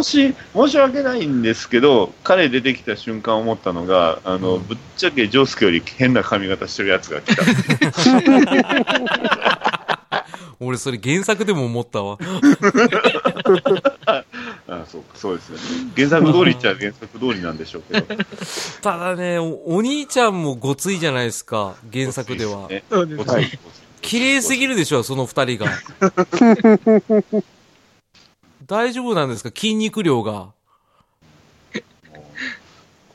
Speaker 3: 申し、申し訳ないんですけど、彼出てきた瞬間思ったのが、あの、
Speaker 2: うん
Speaker 3: ぶっちゃけジョースケより変な髪型してるやつが来た。
Speaker 2: 俺それ原作でも思ったわ。
Speaker 3: ああそうか、そうですよね。原作通りっちゃ原作通りなんでしょうけど。
Speaker 2: ただね、おお兄ちゃんもごついじゃないですか、 原作では。
Speaker 3: ね
Speaker 4: そうですね。
Speaker 1: はい
Speaker 2: 綺麗すぎるでしょ、その二人が。大丈夫なんですか筋肉量が。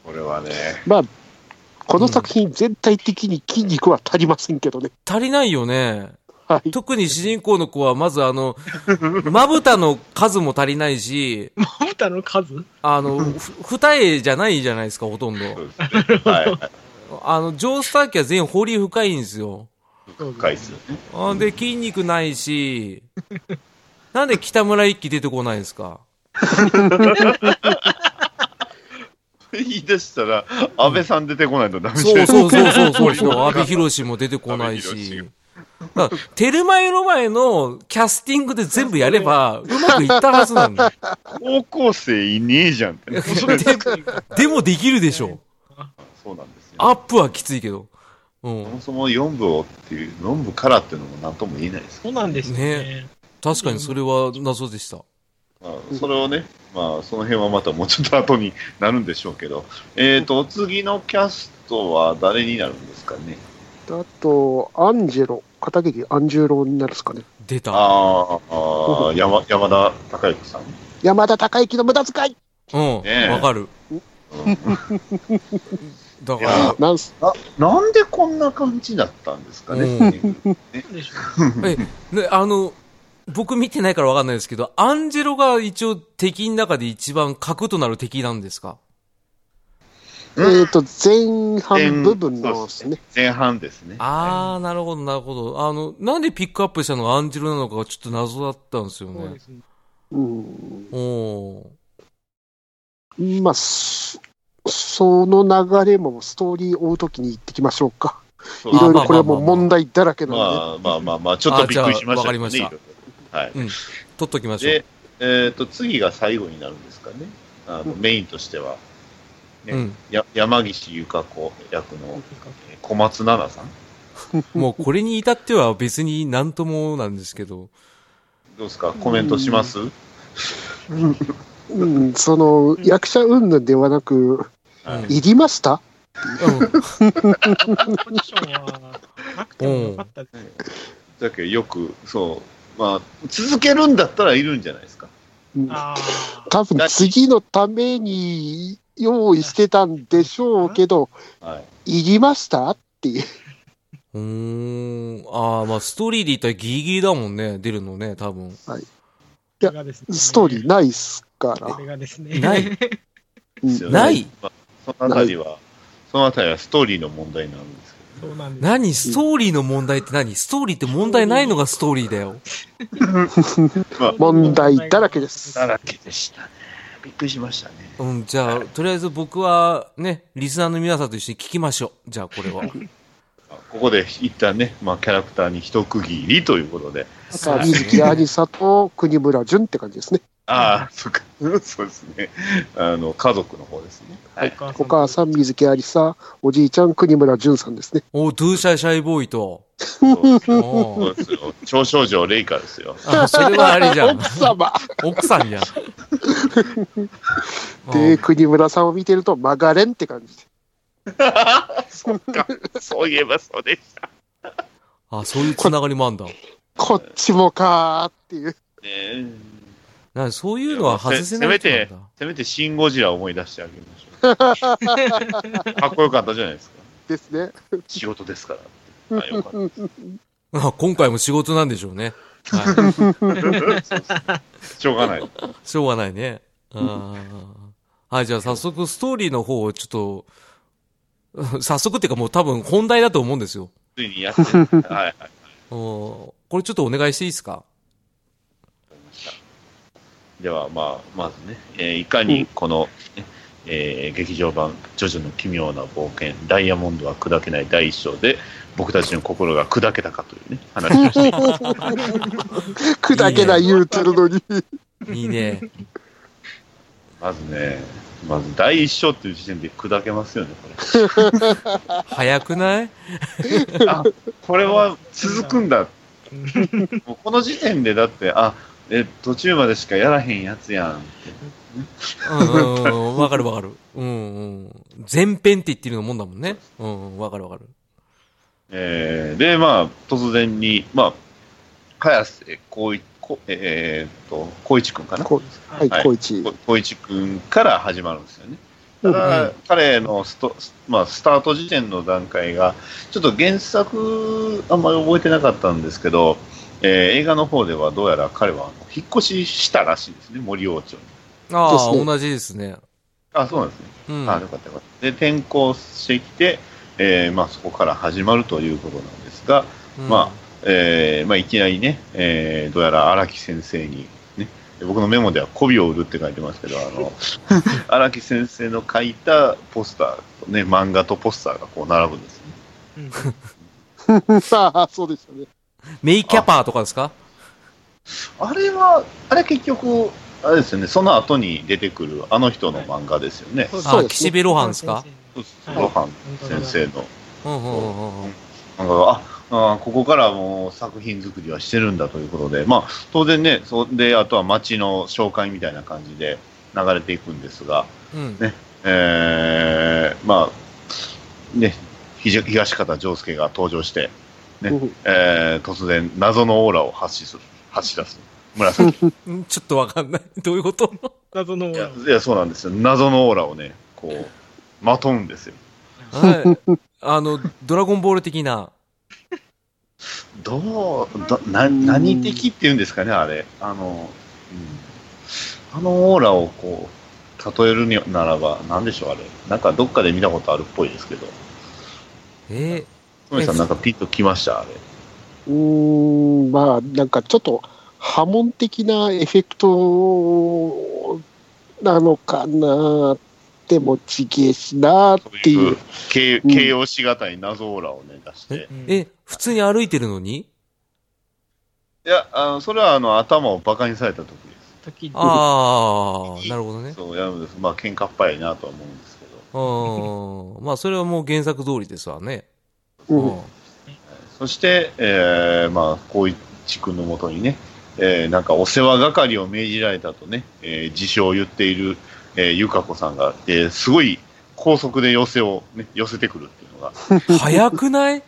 Speaker 3: これはね、
Speaker 1: まあ、この作品全体的に筋肉は足りませんけどね。
Speaker 2: 足りないよね。
Speaker 1: はい。
Speaker 2: 特に主人公の子は、まずあの、まぶたの数も足りないし、
Speaker 4: まぶたの数
Speaker 2: あの、ふ二重じゃないじゃないですか、ほとん
Speaker 3: そ
Speaker 2: ど。
Speaker 3: うですね。はい。
Speaker 2: あの、ジョースター家は全員掘り深いんですよ。
Speaker 3: 深いっすよね。
Speaker 2: あで、筋肉ないし、なんで北村一輝出てこないんですか
Speaker 3: 言い出したら、安倍さん出てこないとダメじゃ
Speaker 2: そ
Speaker 3: な
Speaker 2: う
Speaker 3: い
Speaker 2: そうそうそうそうそう。阿部寛も出てこない
Speaker 3: 阿部寛
Speaker 2: し。だからテルマエロマエのキャスティングで全部やれば、うまくいったはずなんだよ。
Speaker 3: 高校生いねえじゃんって。
Speaker 2: でもできるでしょ。
Speaker 3: そうなんですよ。
Speaker 2: アップはきついけど。うん
Speaker 3: そ。もそも4部をっていう、4部からっていうのも何とも言えないですけ
Speaker 4: そう
Speaker 3: ど、
Speaker 4: なんですよね
Speaker 2: ね。確かにそれは謎でした。
Speaker 3: まあ、それをね、まあ、その辺はまたもうちょっと後になるんでしょうけど、えーと、お次のキャストは誰になるんですかね。
Speaker 1: あと、アンジェロ、片桐アンジェロになるですかね。
Speaker 2: 出た。
Speaker 3: あーあー、山山田孝之さん。
Speaker 1: 山田孝之の無駄遣い
Speaker 2: うん。
Speaker 3: ねえ
Speaker 2: わかる。
Speaker 3: うん
Speaker 2: だか
Speaker 3: いや
Speaker 2: ら、
Speaker 1: なんす
Speaker 3: なんでこんな感じだったんですかね。
Speaker 4: そうでしょ
Speaker 2: え、ね、あの、僕見てないからわかんないですけど、アンジェロが一応敵の中で一番核となる敵なんですか
Speaker 1: えっと、前半部分のですね。
Speaker 3: 前半ですね。
Speaker 2: あー、なるほど、なるほど。あの、なんでピックアップしたのがアンジェロなのかがちょっと謎だったんですよ
Speaker 4: そうで
Speaker 2: ね。
Speaker 4: すね。
Speaker 1: うん。
Speaker 2: おー。
Speaker 1: まあ、そその流れもストーリーを追うときに言ってきましょうか。
Speaker 3: そう
Speaker 1: い
Speaker 2: あ
Speaker 1: ろいろこれはもう問題だらけな
Speaker 3: ま
Speaker 1: の
Speaker 3: あまあまあまあ、ちょっとびっくりしましたけど
Speaker 2: あ
Speaker 3: ね
Speaker 2: じゃあわかり。
Speaker 3: は
Speaker 2: 取
Speaker 3: い。
Speaker 2: っときましょう
Speaker 3: で。、えっ、と、次が最後になるんですかね。あのメインとしては、ね
Speaker 2: うん。
Speaker 3: や山岸由香子役のえー小松菜奈さん。
Speaker 2: もうこれに至っては別になんともなんですけど。
Speaker 3: どうですかコメントします
Speaker 1: で、うん、その役者云々ではなく、
Speaker 3: はい
Speaker 2: うん
Speaker 1: いりました
Speaker 4: ポジションはなくてもよかったです。
Speaker 3: だけどよく、そう、まあ、続けるんだったらいるんじゃないですか。
Speaker 1: うん
Speaker 4: ああ、
Speaker 1: 多分次のために用意してたんでしょうけど、
Speaker 3: はい。
Speaker 1: いりましたっていう。
Speaker 2: うーん。ああ、まあストーリーで言ったらギリギリだもんね。出るのね、多分。
Speaker 4: これがですね
Speaker 1: ストーリーないっすか
Speaker 4: こ
Speaker 1: ら。
Speaker 4: れがですね。
Speaker 2: ない。
Speaker 1: うん
Speaker 3: ですよね
Speaker 2: ない
Speaker 3: まあ、そのあたりは、そのあたりはストーリーの問題なんです
Speaker 4: そうなんです。
Speaker 2: 何ストーリーの問題って何ストーリーって問題ないのがストーリーだよ。
Speaker 3: けど。まあ、
Speaker 1: 問題だらけです
Speaker 3: だらけでしたね。びっくりしましたね。
Speaker 2: うん、じゃあ、とりあえず僕はね、リスナーの皆さんと一緒に聞きましょう。じゃあ、これ は。
Speaker 3: あここで一旦ね、まあ、キャラクターに一区切りということで。
Speaker 1: だから水木有沙と国村淳って感じですね。
Speaker 3: ああ、そうか。 そうですね。あの、家族の方ですね。はい。
Speaker 1: お母さん、水木有沙、おじいちゃん、国村淳さんですね。
Speaker 2: おドゥーシャイシャイボーイと。
Speaker 3: そう
Speaker 2: お
Speaker 3: そうですよ。超少女レイカですよ。
Speaker 2: あ、それはあれじゃん
Speaker 1: 奥。様
Speaker 2: 奥さんじゃん。
Speaker 1: で、国村さんを見てると、マガレンって感じで。
Speaker 3: そうか。そういえばそうでした。
Speaker 2: ああ、そういうつながりもあんだ。
Speaker 1: こっちもかーっていう。
Speaker 3: ねえ
Speaker 2: なんかそういうのは外せない人なんだ。
Speaker 3: せめてシン・ゴジラを思い出してあげましょ う。かっこよかったじゃないですか。
Speaker 1: ですね。
Speaker 3: 仕事ですから。あよかっ
Speaker 2: あ今回も仕事なんでしょうね。は
Speaker 3: た。しょうがない。
Speaker 2: い。しょうがないね。うんはい、じゃあ早速ストーリーの方をちょっと、早速っていうかもう多分本題だと思うんですよ。
Speaker 3: ついにやってる。はいはい。
Speaker 2: うんこれちょっとお願いしていいですか
Speaker 3: では、まあ、まずね、えーいかにこの、ねえー劇場版「ジョジョの奇妙な冒険ダイヤモンドは砕けない」第一章で僕たちの心が砕けたかというね話をしていきます
Speaker 1: 砕けない言うてるのに。
Speaker 2: いいね。
Speaker 3: まずねまず第一章っていう時点で砕けますよねこ
Speaker 2: 早くない
Speaker 3: れあこれは続くんだもうこの時点でだってあえ途中までしかやらへんやつやんって
Speaker 2: うんうんうん、わかるわかる。うんうん。前編って言ってるのもんだもんね。うんうん、わかるわかる。
Speaker 3: えーで、まあ、突然に、まあ、早瀬光一、こえーっと、光一くんかな
Speaker 1: こはい、
Speaker 3: はい
Speaker 1: こいち。
Speaker 3: 光一くんから始まるんですよね。た
Speaker 2: うんう
Speaker 3: だ
Speaker 2: ん、
Speaker 3: 彼のスト、まあ、スタート時点の段階が、ちょっと原作、あんまり覚えてなかったんですけど、えー映画の方ではどうやら彼はあの引っ越ししたらしいですね、森王町に。
Speaker 2: ああ、
Speaker 1: ですね
Speaker 2: 同じですね。
Speaker 3: あ、そうなんですね。
Speaker 2: うん。
Speaker 3: あよかったよかった。で、転校してきて、えーまあ、そこから始まるということなんですが、
Speaker 2: うん
Speaker 3: まあえーまあ、いきなりね、えーどうやら荒木先生に、ね、僕のメモでは媚びを売るって書いてますけど、あの荒木先生の書いたポスターと、ね、漫画とポスターがこう並ぶんですね。
Speaker 4: うん
Speaker 1: さ あ、そうでしたね。
Speaker 2: メイキャパーとかですか
Speaker 3: あれは、あれ結局、あれですよね、その後に出てくるあの人の漫画ですよね。
Speaker 4: そう
Speaker 1: そう
Speaker 2: あ
Speaker 1: ですね
Speaker 2: 岸辺露伴ですか
Speaker 4: はい
Speaker 3: 露伴先生の
Speaker 2: うんうんうんうん。
Speaker 3: 漫画が、ああーここからもう作品作りはしてるんだということで、まあ、当然ね、そであとは街の紹介みたいな感じで流れていくんですが、
Speaker 2: うん。
Speaker 3: ねえーまあ、ね、ひじ東方丈介が登場して、ね
Speaker 1: うん
Speaker 3: えー突然、謎のオーラを発しする発し出す。紫
Speaker 2: うんちょっとわかんない。 どういうこと
Speaker 4: 謎の
Speaker 3: いやいや、そうなんですよ。謎のオーラをね、こう、まとうんですよ。
Speaker 2: はい。あの、ドラゴンボール的な。
Speaker 3: どう、どな何的っていうんですかね、あれ。あの、うん、あのオーラをこう、例えるにならば、なんでしょう、あれ。なんかどっかで見たことあるっぽいですけど。
Speaker 2: え
Speaker 3: トメさん、なんかピッときました、あれ。
Speaker 1: うーん、まあ、なんかちょっと波紋的なエフェクトなのかなっってもち消えしなーっていう。
Speaker 3: 形
Speaker 1: うん
Speaker 3: 形容しがたい謎オーラをね、出して。
Speaker 2: え、普通に歩いてるのに
Speaker 3: いや、あの、それはあの、頭をバカにされた時で
Speaker 4: 時々
Speaker 2: ああ、なるほどね
Speaker 3: す。。そう、やるんです。まあ、喧嘩っぱいなとは思うんですけど。
Speaker 2: うん。まあ、それはもう原作通りですわね。
Speaker 1: う
Speaker 2: うんん。
Speaker 3: そして、えー、まあ、光一君のもとにね、えー、なんかお世話係を命じられたとね、えー、自称を言っている、えー、ゆかこさんが、えー、すごい高速で寄せを、ね、寄せてくるっていうのが、
Speaker 2: 早くない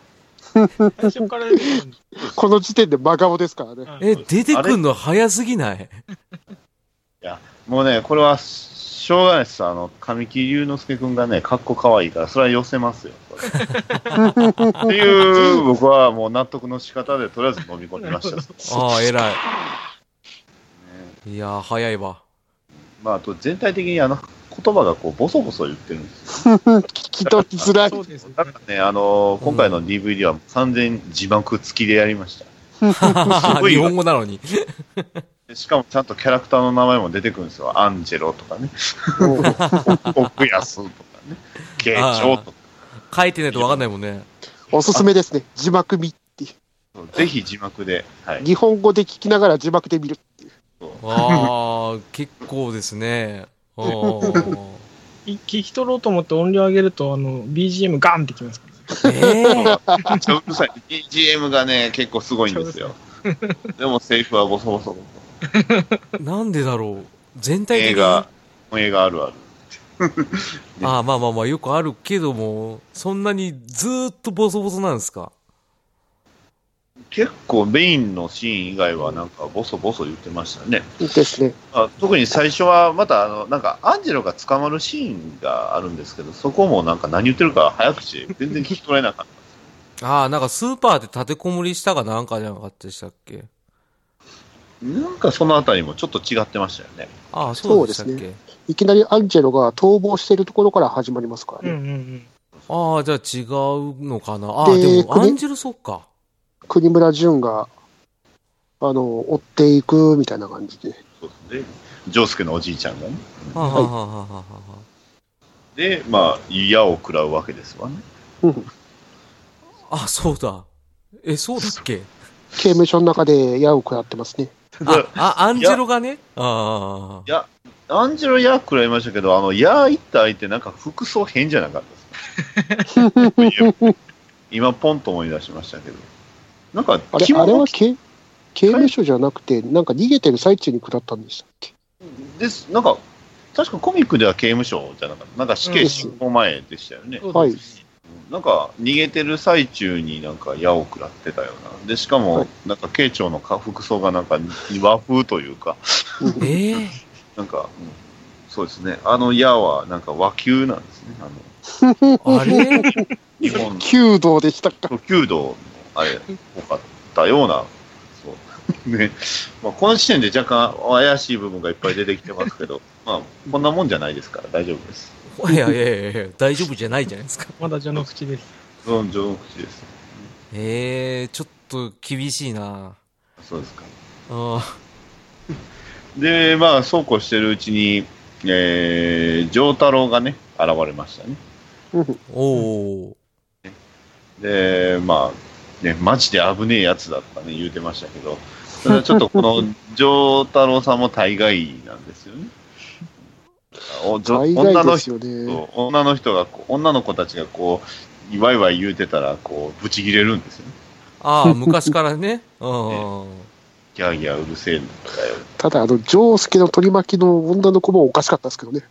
Speaker 4: 最初から出てくるんだ
Speaker 1: この時点で真顔ですからね。
Speaker 4: うん
Speaker 2: え、出てくんの早すぎない
Speaker 3: もうね、これは、しょうがないです。あの、神木隆之介君がね、かっこかわいいから、それは寄せますよ。これっていう、僕はもう納得の仕方で、とりあえず飲み込みました。
Speaker 2: ああ、偉い。いやー、早いわ。
Speaker 3: まあ、あと全体的にあの、言葉がこう、ボソボソ言ってるんですよ。
Speaker 1: 聞き取りづらい。
Speaker 4: そうですね。
Speaker 3: なんかね、あのー今回の DVD は完全字幕付きでやりました。ごい
Speaker 2: 日
Speaker 3: わ
Speaker 2: 本語なのに。
Speaker 3: でしかもちゃんとキャラクターの名前も出てくるんですよ。アンジェロとかね、 奥安とかね、慶長とか。
Speaker 2: 書いてないとわかんないも んね。
Speaker 1: おすすめですね。字幕見っていう。
Speaker 3: ぜひ字幕で、はい。
Speaker 1: 日本語で聞きながら字幕で見る。
Speaker 2: ああ、結構ですね。あー
Speaker 4: い聞き取ろうと思って音量上げると、あの、BGM ガンってきますからね。
Speaker 2: ええ
Speaker 3: めっちゃうるさい。BGM がね、結構すごいんですよ。でもセリフはボソボソ。
Speaker 2: なんでだろう。全体的
Speaker 3: 映
Speaker 2: に。
Speaker 3: 画、映画あるある。
Speaker 2: ああ、まあまあまあ、よくあるけども、そんなにずーっとボソボソなんですか。
Speaker 3: 結構メインのシーン以外はなんかボソボソ言ってましたね。
Speaker 1: ですね。
Speaker 3: あ特に最初はまたあのなんかアンジェロが捕まるシーンがあるんですけどそこもなんか何言ってるか早口で全然聞き取れなかっ
Speaker 2: ああ、なんかスーパーで立てこもりしたかなんかじゃなかったでしたっけ。
Speaker 3: たなんかそのあたりもちょっと違ってましたよね
Speaker 2: ああ、そうでしたっけ。
Speaker 1: そうでいきなりアンジェロが逃亡してるところから始まりますから
Speaker 4: う
Speaker 1: ね。
Speaker 4: んうんうん。
Speaker 2: ああ、じゃあ違うのかな。ああ、
Speaker 1: で
Speaker 2: でも、
Speaker 1: こ
Speaker 2: ア
Speaker 1: れ
Speaker 2: ンジェルそっか。
Speaker 1: 国村淳が、あの、追っていくみたいな感じで。
Speaker 3: そうですねジョースケのおじいちゃんがね
Speaker 2: はあ、はあはあはあは
Speaker 3: でまあ矢を食らうわけですわね
Speaker 1: うん
Speaker 2: あはあ、あ、そうだ。え、そうだっけ
Speaker 1: 刑務所の中で矢を食らってますね。
Speaker 2: あ、あ、アンジェロがね。ああ。
Speaker 3: アンジェロ矢食らいましたけどあの矢行った相手なんか服装変じゃなかったで すか今ポンと思い出しましたけどなんか
Speaker 1: あれ、
Speaker 3: 着
Speaker 1: あれ
Speaker 3: 物
Speaker 1: は
Speaker 3: 着
Speaker 1: 刑刑務所じゃなくて、なんか逃げてる最中に食らったんでしたっけ
Speaker 3: ですなんか確かコミックでは刑務所じゃなかったなんか死刑執行前でしたよね、
Speaker 1: はい
Speaker 3: なんか逃げてる最中になんか矢を食らってたような。で、しか
Speaker 1: は
Speaker 3: も
Speaker 1: い、
Speaker 3: なんか慶長のか服装がなんか和風というか、
Speaker 1: うん
Speaker 2: ええ
Speaker 3: なんか、うんそうですね。あの矢はなんか和球なんですね。あの、
Speaker 2: あれ
Speaker 3: 日本の
Speaker 1: 弓道でしたか。
Speaker 3: 初級道のあれ、多かったような、そう。ね。 まあ、この時点で若干怪しい部分がいっぱい出てきてますけど、まあ、こんなもんじゃないですから大丈夫です。
Speaker 2: いやいやいやいや、大丈夫じゃないじゃないですか。
Speaker 4: まだ序の口です。
Speaker 3: ゾン・ジョン口です。
Speaker 2: ええちょっと厳しいな。
Speaker 3: そうですか。
Speaker 2: あ
Speaker 3: で、まあ、そうこうしてるうちに、えー、丈太郎がね、現れましたね。
Speaker 1: うん
Speaker 2: おお。
Speaker 3: で、まあ、ね、マジで危ねえやつだとかね、言うてましたけど、ただちょっとこ の丈太郎さんも大概なんですよね。おじょ
Speaker 1: 大
Speaker 3: 女
Speaker 1: 概
Speaker 3: の
Speaker 1: です
Speaker 3: 人
Speaker 1: よね。
Speaker 3: と、女の人がこう、女の子たちがこう、ワイワイ言うてたら、こう、ブチ切れるんですよね。
Speaker 2: ああ、昔からね。うん。
Speaker 3: ギャーギャーうるせえんだよ。
Speaker 1: ただ、あの、ジョースケの取り巻きの女の子もおかしかったですけどね。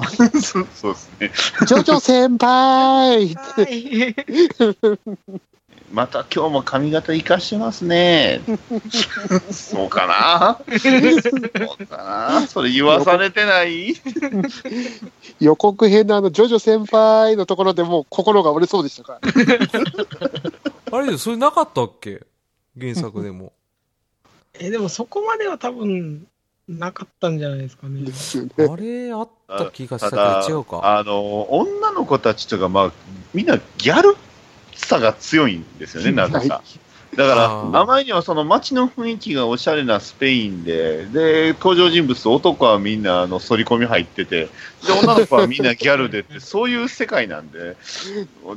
Speaker 3: そうそうですね。
Speaker 1: ジョジョ先輩
Speaker 4: はい。
Speaker 3: また今日も髪型生かしてます ね。そうか なそうかなそれ言わされてない
Speaker 1: 予告編のあの、ジョジョ先輩のところでもう心が折れそうでしたから。
Speaker 2: あれでもそれなかったっけ原作でも。
Speaker 4: え、でもそこまでは多分、なかったんじゃないですかね
Speaker 1: で。すよね。
Speaker 2: あれ、あった気がした
Speaker 3: た
Speaker 2: けど
Speaker 3: だ、、
Speaker 2: 違うか。
Speaker 3: あの、女の子たちとか、まあ、みんなギャルさが強いんですよね、なぜ
Speaker 1: は
Speaker 3: か。だ
Speaker 2: あ
Speaker 3: か
Speaker 2: ー
Speaker 3: ら、あまりにもその街の雰囲気がおしゃれなスペインで、で、登場人物、男はみんなあの反り込み入ってて、で、女の子はみんなギャルでって、そういう世界なんで、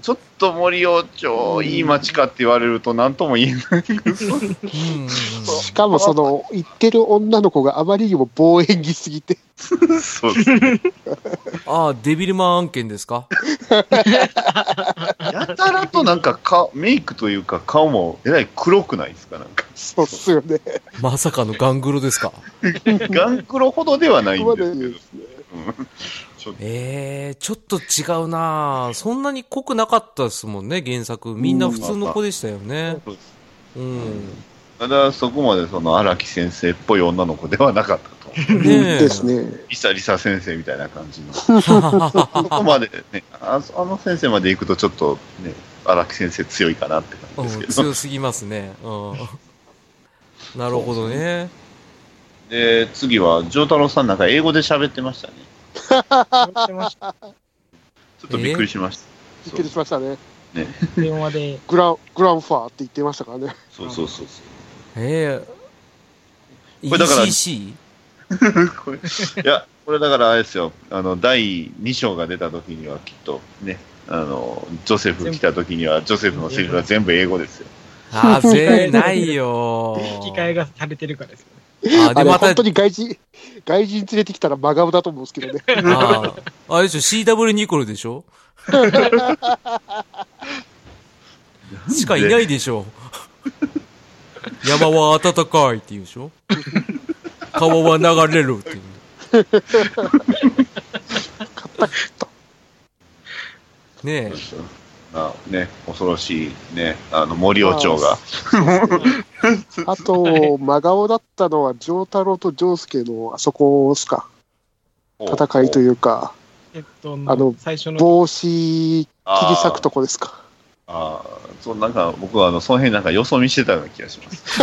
Speaker 3: ちょっと森王町、いい街かって言われると、なんとも言えないけど、
Speaker 2: うんうんうん
Speaker 1: しかもその言ってる女の子があまりにも望遠着すぎて
Speaker 3: そうですね。
Speaker 2: ああ、デビルマン案件ですか
Speaker 3: やたらとなんか顔、メイクというか、顔もえらい黒くないですか、なん か。
Speaker 1: そうっすよね。
Speaker 2: まさかのガングロですか
Speaker 3: ガンクロほどではないんですけど。
Speaker 2: ええー、ちょっと違うなぁそんなに濃くなかったですもんね、原作。みんな普通の子でしたよね。
Speaker 3: そう
Speaker 2: うん。
Speaker 3: ただ、そこまでその荒木先生っぽい女の子ではなかった と。
Speaker 2: ねえ。
Speaker 1: ですね。
Speaker 3: リサリサ先生みたいな感じの。そこまでね、ああの先生まで行くとちょっとね、荒木先生強いかなって
Speaker 2: う
Speaker 3: 感じ
Speaker 2: ん、
Speaker 3: ですけど。
Speaker 2: 強すぎますね。うん。なるほどね。
Speaker 3: で、次は、丈太郎さんなんか英語で喋ってましたね。
Speaker 4: 思ってました
Speaker 3: ちょっとびっくりしました。
Speaker 1: びっくりしましたね。
Speaker 4: 電話で。
Speaker 1: グラン、グランファーって言ってましたからね。
Speaker 3: そうそうそうそう。
Speaker 2: ええ
Speaker 3: これだから
Speaker 2: ECC?
Speaker 3: これいや、これだからあれですよ、あの第2章が出た時にはきっとね、あのジョセフ来た時には、ジョセフのセリフは全部英語ですよ。
Speaker 2: あー、ぜないよ
Speaker 4: 引き換 えがされてるからですよね。
Speaker 2: ー。あー、
Speaker 1: あ
Speaker 2: で、
Speaker 1: れ、
Speaker 2: また、
Speaker 1: 本当に外人、外人連れてきたら真顔だと思うんですけど ね。
Speaker 2: あーあれでしょ、CW ニコルでしょしかいないでしょ。山は暖かいって言うでしょ川は流れるっていう。 ねえ。
Speaker 3: まあね、恐ろしい、ね、あの森尾町が、
Speaker 1: あと、真顔だったのは、丈太郎と丈介のあそこっすか、戦いと
Speaker 3: う
Speaker 1: いうか、
Speaker 4: えっと、
Speaker 1: あの
Speaker 4: 最初の、
Speaker 1: 帽子切り裂くとこですか。
Speaker 3: あーあーそうなんか僕はあのその辺なんかよそ見してたような気が します。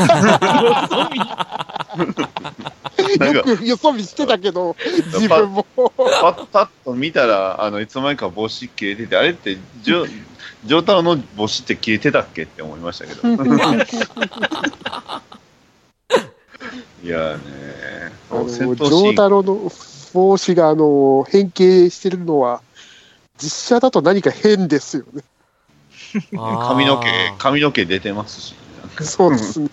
Speaker 3: なんか
Speaker 1: よくよ そ見してたけど、自分も。
Speaker 3: パッパッと見たら、あのいつの間にか帽子消えてて、あれって、ジ ョジョータロの帽子って消えてたっけって思いまし たけど。いやーね
Speaker 1: あの、
Speaker 3: 戦
Speaker 1: 丈
Speaker 3: 闘シーン
Speaker 1: 太郎の帽子が、あの、変形してるのは、実写だと何か変ですよ ね。
Speaker 3: 髪の毛
Speaker 2: あ、ー
Speaker 3: 髪の毛出てますし、なんか
Speaker 1: そうですね。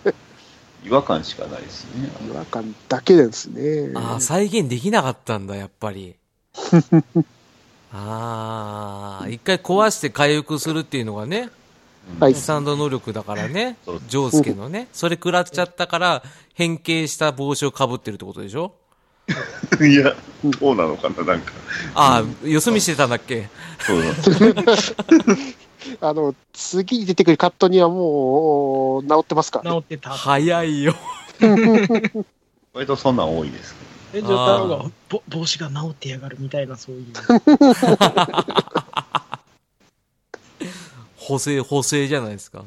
Speaker 3: 違和感しかないですね。
Speaker 1: 違和感だけですね。
Speaker 2: ああ、再現できなかったんだ、やっぱ り。ああ、一回壊して回復するっていうのがね、
Speaker 1: はい
Speaker 2: スタンド能力だからね
Speaker 3: そう、
Speaker 2: ジョースケのね、それ食らっちゃったから、変形した帽子をかぶってるってことでしょ
Speaker 3: いや、どうなのかな、なんか。
Speaker 2: ああ、よそ見してたんだっけ
Speaker 3: そうなんです
Speaker 1: あの、次に出てくるカットにはもう、治ってますからね。
Speaker 4: 治ってた。
Speaker 2: 早いよ。
Speaker 3: 割とそんなん多いですけど。
Speaker 4: で、ジョタロが、ぼ帽子が治ってやがるみたいな、そういう。
Speaker 2: 補正、補正じゃないです か。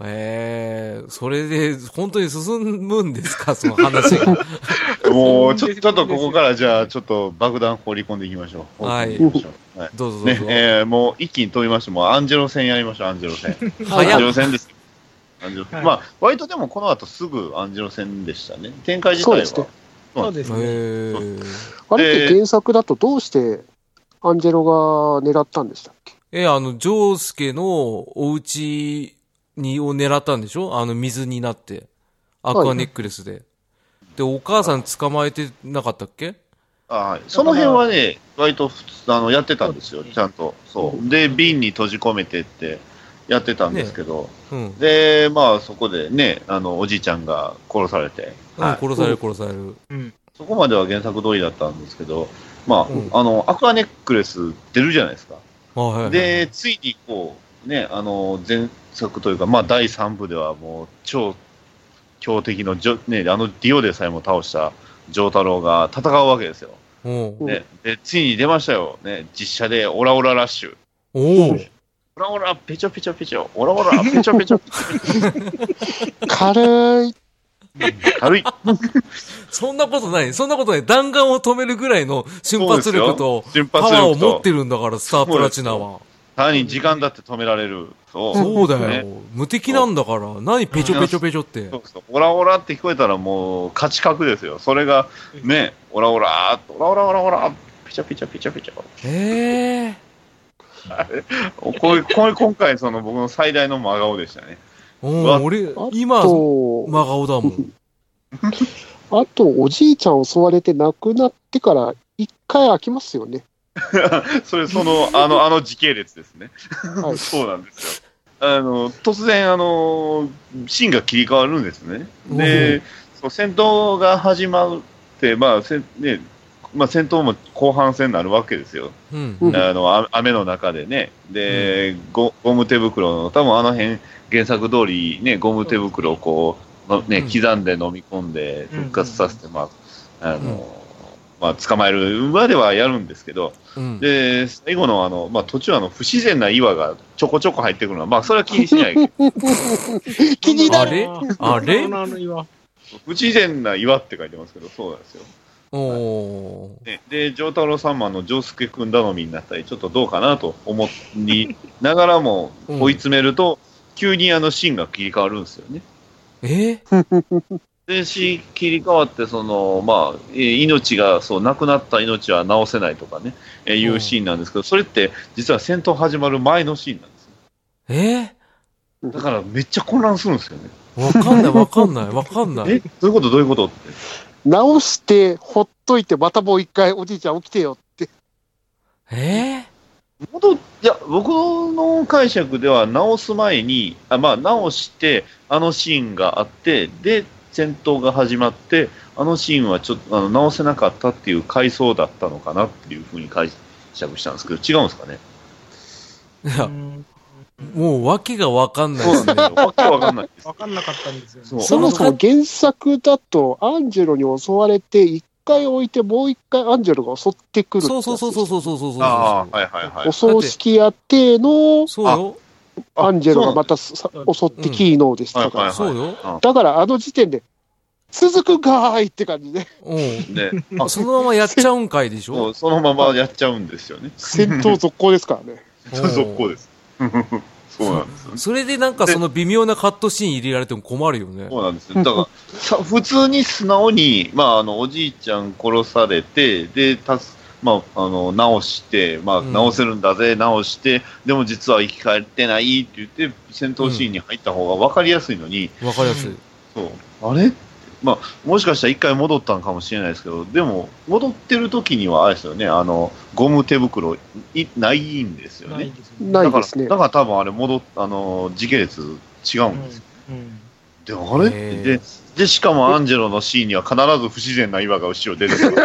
Speaker 2: ええそれで、本当に進むんですか、その話 が。
Speaker 3: もう、ちょちょっとここから、じゃあ、ちょっと爆弾放り込んでいきましょう。
Speaker 2: はい
Speaker 3: 放り込んでいきましょうはい
Speaker 2: どうぞどう
Speaker 3: ね
Speaker 2: ぞ。
Speaker 3: えーもう一気に飛びまして、もうアンジェロ戦やりましょう、アンジェロ戦。アンジ
Speaker 2: 早
Speaker 3: ェ
Speaker 2: っ
Speaker 3: ロ戦ですよ。アンジェロ戦
Speaker 4: はい
Speaker 3: まあ、割とでもこの後すぐアンジェロ戦でしたね。展開自
Speaker 1: そう
Speaker 3: 体
Speaker 1: ですね
Speaker 3: は。
Speaker 4: そうですね。
Speaker 2: え
Speaker 1: あれっ
Speaker 3: え
Speaker 1: て
Speaker 3: ー
Speaker 1: 原作だとどうしてアンジェロが狙ったんでしたっけ
Speaker 2: ええ、あの、ジョースケのお家に、を狙ったんでしょあの、水になって。アクアネックレスで。で、お母さん捕まえてなかったっけ
Speaker 3: あはい、その辺はね、割と普通あのやってたんですよ、ちゃんと。そうで、瓶に閉じ込めてってやってたんですけど、
Speaker 2: うん。
Speaker 3: で、まあ、そこでね、あのおじいちゃんが殺されて、
Speaker 2: うん
Speaker 3: はい
Speaker 2: 殺される殺される。
Speaker 3: そこまでは原作通りだったんですけど、ま
Speaker 2: う
Speaker 3: あ、
Speaker 2: ん
Speaker 3: あのアクアネックレス出るじゃないですか。
Speaker 2: あはいはい。
Speaker 3: で、ついにこう、ね、あの前作というか、まあ、第3部ではもう、超強敵のジョ、ね、あのディオでさえも倒した丈太郎が戦うわけですよ。
Speaker 2: おう
Speaker 1: うん
Speaker 3: ね、でついに出ましたよ、ね、実写でオラオララッシュ。
Speaker 2: おう
Speaker 3: オラオラ、ペチョペチョペチョ、オラオラ、ペチョペチョ、
Speaker 1: 軽い。
Speaker 3: 軽い。
Speaker 2: そんなことない。そんなことない。弾丸を止めるぐらいの瞬発力と
Speaker 3: そうですよ瞬
Speaker 2: パ
Speaker 3: 発力と
Speaker 2: ワーを持ってるんだから、スタープラチナは。
Speaker 3: 単に時間だって止められる。そう。
Speaker 2: そうだよ
Speaker 3: ね。。
Speaker 2: 無敵なんだから。何ペチョペチョペチョって
Speaker 3: そ。うそう。オラオラって聞こえたらもう、価値格ですよ。それが、ね、オラオラーっと、オラオラオラオラ、ピチャピチャピチャピチャ。
Speaker 2: ええ
Speaker 3: おこれこれ今回、その僕の最大の真顔でしたね。
Speaker 2: ー。
Speaker 3: うわ
Speaker 2: うん、俺
Speaker 1: あ、
Speaker 2: 今、真
Speaker 1: と、
Speaker 2: 顔だもん。
Speaker 1: あと、おじいちゃん襲われて亡くなってから、一回空きますよね。
Speaker 3: それ、その、あの、あの時系列ですね。
Speaker 1: はい。
Speaker 3: そうなんですよ。あの、突然、あの、シーンが切り替わるんですね。
Speaker 2: う
Speaker 3: で、そう戦闘が始まって、まあ、せんね、まあ、戦闘も後半戦になるわけですよ。
Speaker 2: うん。
Speaker 1: うん
Speaker 3: あのあ雨の中でね、で、ゴゴム手袋の、多分あの辺、原作通り、ね、ゴム手袋をこう、のね、
Speaker 2: うん
Speaker 3: 刻んで飲み込んで、復活させて、まあ、あの、まあ、捕まえるまではやるんですけど、
Speaker 2: うん。
Speaker 3: で、最後のあの、まあ、途中あの、不自然な岩がちょこちょこ入ってくるのは、まあ、それは気に しない。
Speaker 1: 気に
Speaker 2: な
Speaker 1: な
Speaker 2: る
Speaker 1: る。
Speaker 2: あれ
Speaker 4: そうなのよ
Speaker 3: 不自然な岩って書いてますけど、そうなんですよ。
Speaker 2: おー。
Speaker 3: ね、で、丈太郎さんもあの、丈介君頼みになったり、ちょっとどうかなと思いながらも
Speaker 2: うん
Speaker 3: 追い詰めると、急にあの、シーンが切り替わるんですよね。
Speaker 2: え
Speaker 3: で、シーン切り替わって、その、まあ、えー命が、そう、亡くなった命は治せないとかね、えーいうシーンなんですけど、それって、実は戦闘始まる前のシーンなんですよ。
Speaker 2: え
Speaker 3: だから、めっちゃ混乱するんですよね。
Speaker 2: わかんない、わかんない、わかんない。
Speaker 3: え、どういうことどういうことって。
Speaker 1: 直して、ほっといて、またもう一回、おじいちゃん起きてよって。
Speaker 2: え
Speaker 3: 元いや僕の解釈では直す前にあ、まあ、直してあのシーンがあってで戦闘が始まってあのシーンはちょっとあの直せなかったっていう回想だったのかなっていうふうに解釈したんですけど違うんですかね
Speaker 2: いや
Speaker 4: う、ん
Speaker 2: もう訳がわかんない
Speaker 3: そ
Speaker 2: で
Speaker 3: う
Speaker 2: す
Speaker 3: な
Speaker 2: ね
Speaker 3: んで。すよ わけわかんないです
Speaker 4: わかんなかったんですよね。
Speaker 3: そう
Speaker 1: そもそも原作だと、アンジェロに襲われて、一回置いて、もう一回アンジェロが襲ってくるって
Speaker 2: そ
Speaker 1: や
Speaker 2: う
Speaker 1: つ
Speaker 2: そうそうそうそうそうそうそう。
Speaker 3: ああはいはいはい
Speaker 1: お葬式やっての、
Speaker 2: そうよ。
Speaker 1: アンジェロがまた
Speaker 3: あ
Speaker 1: さ襲ってきーのでした
Speaker 3: はい
Speaker 1: か
Speaker 3: はい
Speaker 1: ら。
Speaker 2: そうよ。
Speaker 1: だから、あの時点で、続くかーいって感じで、
Speaker 2: うん。
Speaker 3: そうなんですね
Speaker 2: あそのままやっちゃうんかいでし
Speaker 3: そ
Speaker 2: ょ
Speaker 3: うそのままやっちゃうんですよね
Speaker 1: 戦 闘続行ですからね。
Speaker 2: うん
Speaker 3: 続行です そうなんですよね
Speaker 2: それでなんかその微妙なカットシーン入れられても困るよね。
Speaker 3: そうなんですよ。だから、さ普通に素直に、まあ、あの、おじいちゃん殺されて、で、たす、まあ、あの、直して、まあ、
Speaker 2: うん
Speaker 3: 直せるんだぜ、直して、でも実は生き返ってないって言って、戦闘シーンに入った方が分かりやすいのに、
Speaker 2: わかりやすい。
Speaker 3: そう、あれまあ、もしかしたら一回戻ったのかもしれないですけど、でも、戻ってる時には、あれですよね、あの、ゴム手袋、いないんですよ
Speaker 4: ない
Speaker 3: ね。
Speaker 4: ですね。
Speaker 1: ない
Speaker 3: だか
Speaker 1: で
Speaker 3: ら、
Speaker 1: すね
Speaker 3: だ。から多分あれ、戻っ、あの、時系列違うんですよ
Speaker 4: うん
Speaker 3: で、あれって、
Speaker 2: へ
Speaker 3: で、で、しかもアンジェロのシーンには必ず不自然な岩が後ろ出てく る。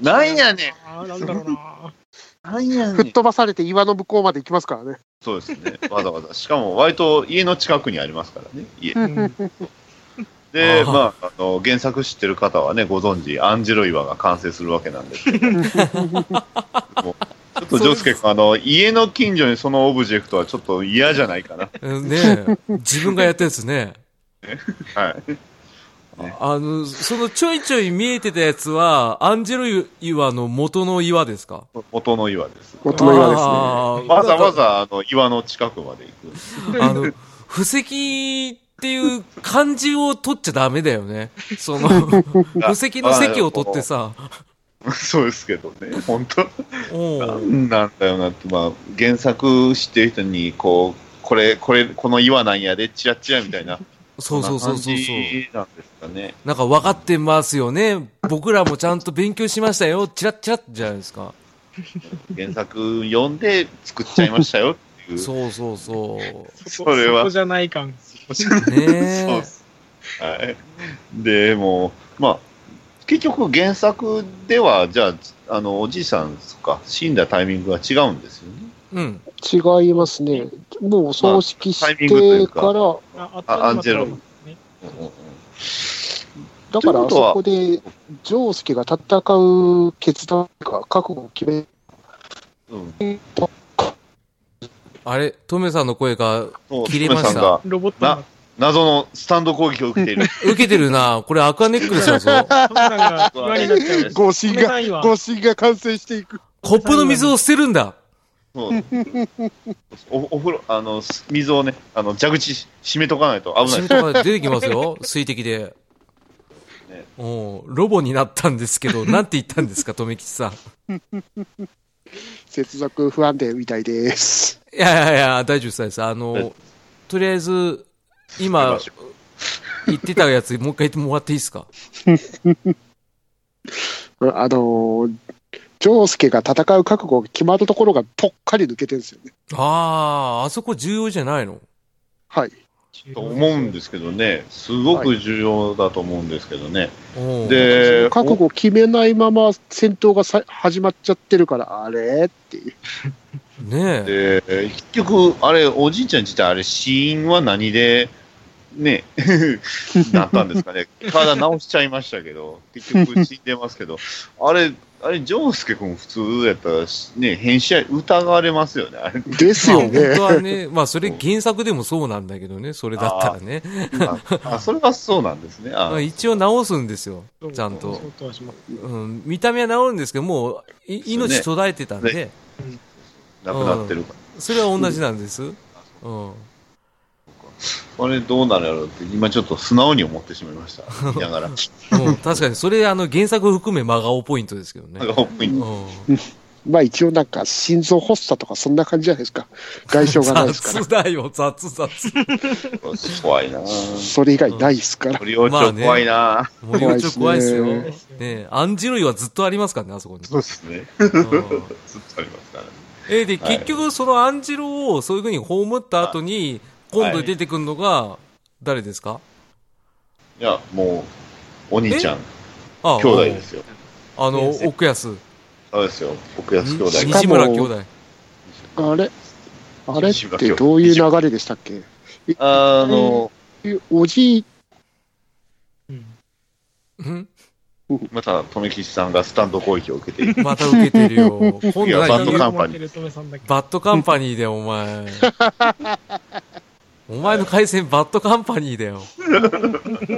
Speaker 3: なんやね
Speaker 4: あーなんだろうな。
Speaker 3: んなんやね
Speaker 1: 吹っ
Speaker 3: ん
Speaker 1: 飛ばされて岩の向こうまで行きますからね。
Speaker 3: そうですね、わざわざ。しかも、割と家の近くにありますからね、家。
Speaker 4: うん
Speaker 3: で、
Speaker 2: あー
Speaker 3: まあ、あの、原作知ってる方はね、ご存知、アンジェロ岩が完成するわけなんで すけど。もうちょっと、ジョスケ君、あの、家の近所にそのオブジェクトはちょっと嫌じゃないかな。
Speaker 2: うんねえ自分がやったやつね。
Speaker 3: はい。ね
Speaker 2: あの、そのちょいちょい見えてたやつは、アンジェロ岩の元の岩ですか
Speaker 3: 元の岩です。
Speaker 1: 元の岩ですね
Speaker 2: あー
Speaker 3: わざわざ、あの、岩の近くまで行くん です。
Speaker 2: あの、布石っていう漢字を取っちゃダメだよね。そ の、布石の席を取ってさ、
Speaker 3: そうですけどね、本当、な
Speaker 2: おうん
Speaker 3: なんだよなって、まあ、原作知ってる人に、こう、これ、これ、この岩なんやで、チラッチラみたいな、
Speaker 2: そうそうそうそうそ
Speaker 3: んな
Speaker 2: う。
Speaker 3: 感じなんですかね。
Speaker 2: なんか分かってますよね。僕らもちゃんと勉強しましたよ。チラッチラッじゃないですか。
Speaker 3: 原作読んで作っちゃいましたよっていう、そ
Speaker 2: そうそうそう。
Speaker 3: それは
Speaker 4: そこじゃない 感。
Speaker 2: ね
Speaker 3: う
Speaker 2: え
Speaker 3: っ。す。はい。でもう、まあ、結局原作では、じゃあ、あの、おじいさんとか、死んだタイミングが違うんですよね。
Speaker 2: うん。
Speaker 1: 違いますね。もうお葬式
Speaker 3: まあ
Speaker 1: し
Speaker 3: タイミングとい
Speaker 1: て
Speaker 3: うか
Speaker 1: から、
Speaker 4: あ
Speaker 3: あアンジェロ。うんうんうん
Speaker 1: だ
Speaker 3: とい
Speaker 1: か
Speaker 3: う
Speaker 1: ら
Speaker 3: こ
Speaker 1: あ
Speaker 3: とは
Speaker 1: そこで、ジョースケが戦う決断か、覚悟を決め
Speaker 3: うん
Speaker 2: あれ、トメさんの声が
Speaker 3: そう
Speaker 2: 切れました
Speaker 3: トメさんが
Speaker 4: ロボット
Speaker 3: な
Speaker 4: な。
Speaker 3: 謎のスタンド攻撃を受けている。
Speaker 2: 受けてるな。これアクアネックレスだぞ。
Speaker 4: トムさんが不安になっちゃう。
Speaker 1: 誤信
Speaker 4: 止め、ないわ。。
Speaker 1: 信が完成していく。
Speaker 2: コップの水を捨てるんだ。
Speaker 3: そうおお風呂、あの、す水をね、あの、蛇口閉めとかないと危な
Speaker 2: 染
Speaker 3: いで
Speaker 2: み
Speaker 3: す。
Speaker 2: とか出てきます よ、水滴で
Speaker 3: ね。
Speaker 2: おロボになったんですけ ど、なんて言ったんですか、留吉さん。
Speaker 1: 接続不安定みたいです。
Speaker 2: いやいやいや、大丈夫です。あの
Speaker 3: え、
Speaker 2: とりあえず、
Speaker 3: やり
Speaker 2: 今
Speaker 3: ましょ、
Speaker 2: 言ってたやつ、もう一回言ってもらっていいですか。
Speaker 1: ああのー、ジョウスケが戦う覚悟が決まるところがぽっかり抜けてるんですよね。
Speaker 2: ああ、あそこ重要じゃないの
Speaker 1: はい。
Speaker 3: と思うんですすけどね、すごく重要だと思うんですけどね。
Speaker 2: おう
Speaker 3: で、
Speaker 1: 覚悟を決めないまま戦闘がさ始まっちゃってるから、あれっていう。
Speaker 2: ねえ。
Speaker 3: で、結局、あれ、おじいちゃん自体、あれ、死因は何で、ね、 なったんですかね。体直しちゃいましたけど、結局死んでますけど、あれ、あれ、ジョウスケ君普通やったらし、ね、変死合疑われますよね、あれ。
Speaker 1: ですよ
Speaker 2: まあ本当
Speaker 1: ね。
Speaker 2: は ね、まあそれ原作でもそうなんだけどね、それだったらね。
Speaker 3: あ、それはそうなんですね。
Speaker 2: ま
Speaker 3: あ
Speaker 2: あ一応直すんですよ
Speaker 4: そ、う
Speaker 2: ちゃんと
Speaker 4: そう。とはします
Speaker 2: うん、見た目は治るんですけど、もうい
Speaker 3: そうね
Speaker 2: 命途絶えてたんで、
Speaker 3: 亡くなってるから。
Speaker 2: それは同じなんです。うん。
Speaker 3: これどうなるやろうって、今ちょっと素直に思ってしまい ました。見ながら。
Speaker 2: うん確かに、それ、あの、原作含め真顔ポイントですけどね
Speaker 3: なん。か、ほっぷり
Speaker 2: う
Speaker 3: に
Speaker 2: ん。
Speaker 1: まあ一応なんか心臓発作とかそんな感じじゃないですか。外傷がないです から。
Speaker 2: 雑だよ、雑雑。
Speaker 3: 怖いなぁ
Speaker 1: それ以外ないですから。
Speaker 3: トリオチョ怖いなぁ
Speaker 2: もう幼稚怖いですよ。
Speaker 1: 怖い
Speaker 4: で
Speaker 2: ね
Speaker 4: すよね。
Speaker 2: え、アンジロイはずっとありますからね、あそこに。
Speaker 3: そうですね。
Speaker 2: うん
Speaker 3: ずっとありますからね。
Speaker 2: え、で、
Speaker 3: はい
Speaker 2: 結局、そのアンジロをそういうふうに葬った後に、
Speaker 3: はい
Speaker 2: 今度出てくるのが、誰ですか
Speaker 3: いや、もう、お兄ちゃん、
Speaker 2: あ
Speaker 3: 兄弟ですよ。
Speaker 2: あの、
Speaker 4: 先生
Speaker 2: 奥安。
Speaker 3: そうですよ。奥安兄弟
Speaker 1: し
Speaker 3: が
Speaker 1: か
Speaker 2: 西
Speaker 1: も
Speaker 2: 村兄弟。
Speaker 1: あれあれってどういう流れでしたっけ
Speaker 3: あの、
Speaker 1: おじい、
Speaker 4: うん
Speaker 2: ん
Speaker 3: また、富吉さんがスタンド攻撃を受けて いる。
Speaker 2: また受けてるよ。今
Speaker 3: い
Speaker 2: 度
Speaker 3: や
Speaker 2: は
Speaker 3: バッドカンパニー
Speaker 4: テレ東さんだけ
Speaker 2: バッドカンパニーだよ、お前。お前の回線、バッドカンパニーだよ。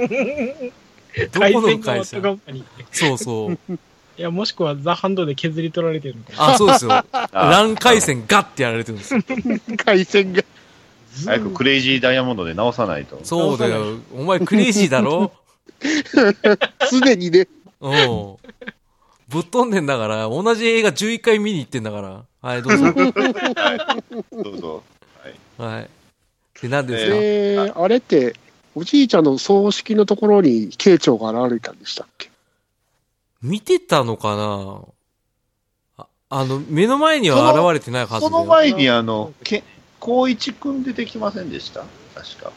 Speaker 2: どこの
Speaker 4: 回
Speaker 2: 回
Speaker 4: 線
Speaker 2: 線
Speaker 4: がバッドカンパニーって
Speaker 2: そうそう。
Speaker 4: いや、もしくはザ・ハンドで削り取られてるのか。
Speaker 2: あ、そうですよ。
Speaker 3: あ
Speaker 2: 乱回線ガッてやられてるんですよ。
Speaker 1: 回線が。
Speaker 3: 早くクレイジーダイヤモンドで直さないと。
Speaker 2: そうだよ。お前クレイジーだろ
Speaker 1: 常にね、
Speaker 2: うん。ぶっ飛んでんだから、同じ映画11回見に行ってんだから。はい、どうぞ。
Speaker 3: どうぞ。
Speaker 2: はい。で、何です か、
Speaker 1: えーあれって、おじいちゃんの葬式のところに慶長が現れたんでしたっけ
Speaker 2: 見てたのかなああの、目の前には現れてないはずだ
Speaker 3: その
Speaker 2: よ。
Speaker 3: 前に、あの、け、光一くん出てきませんでした確か。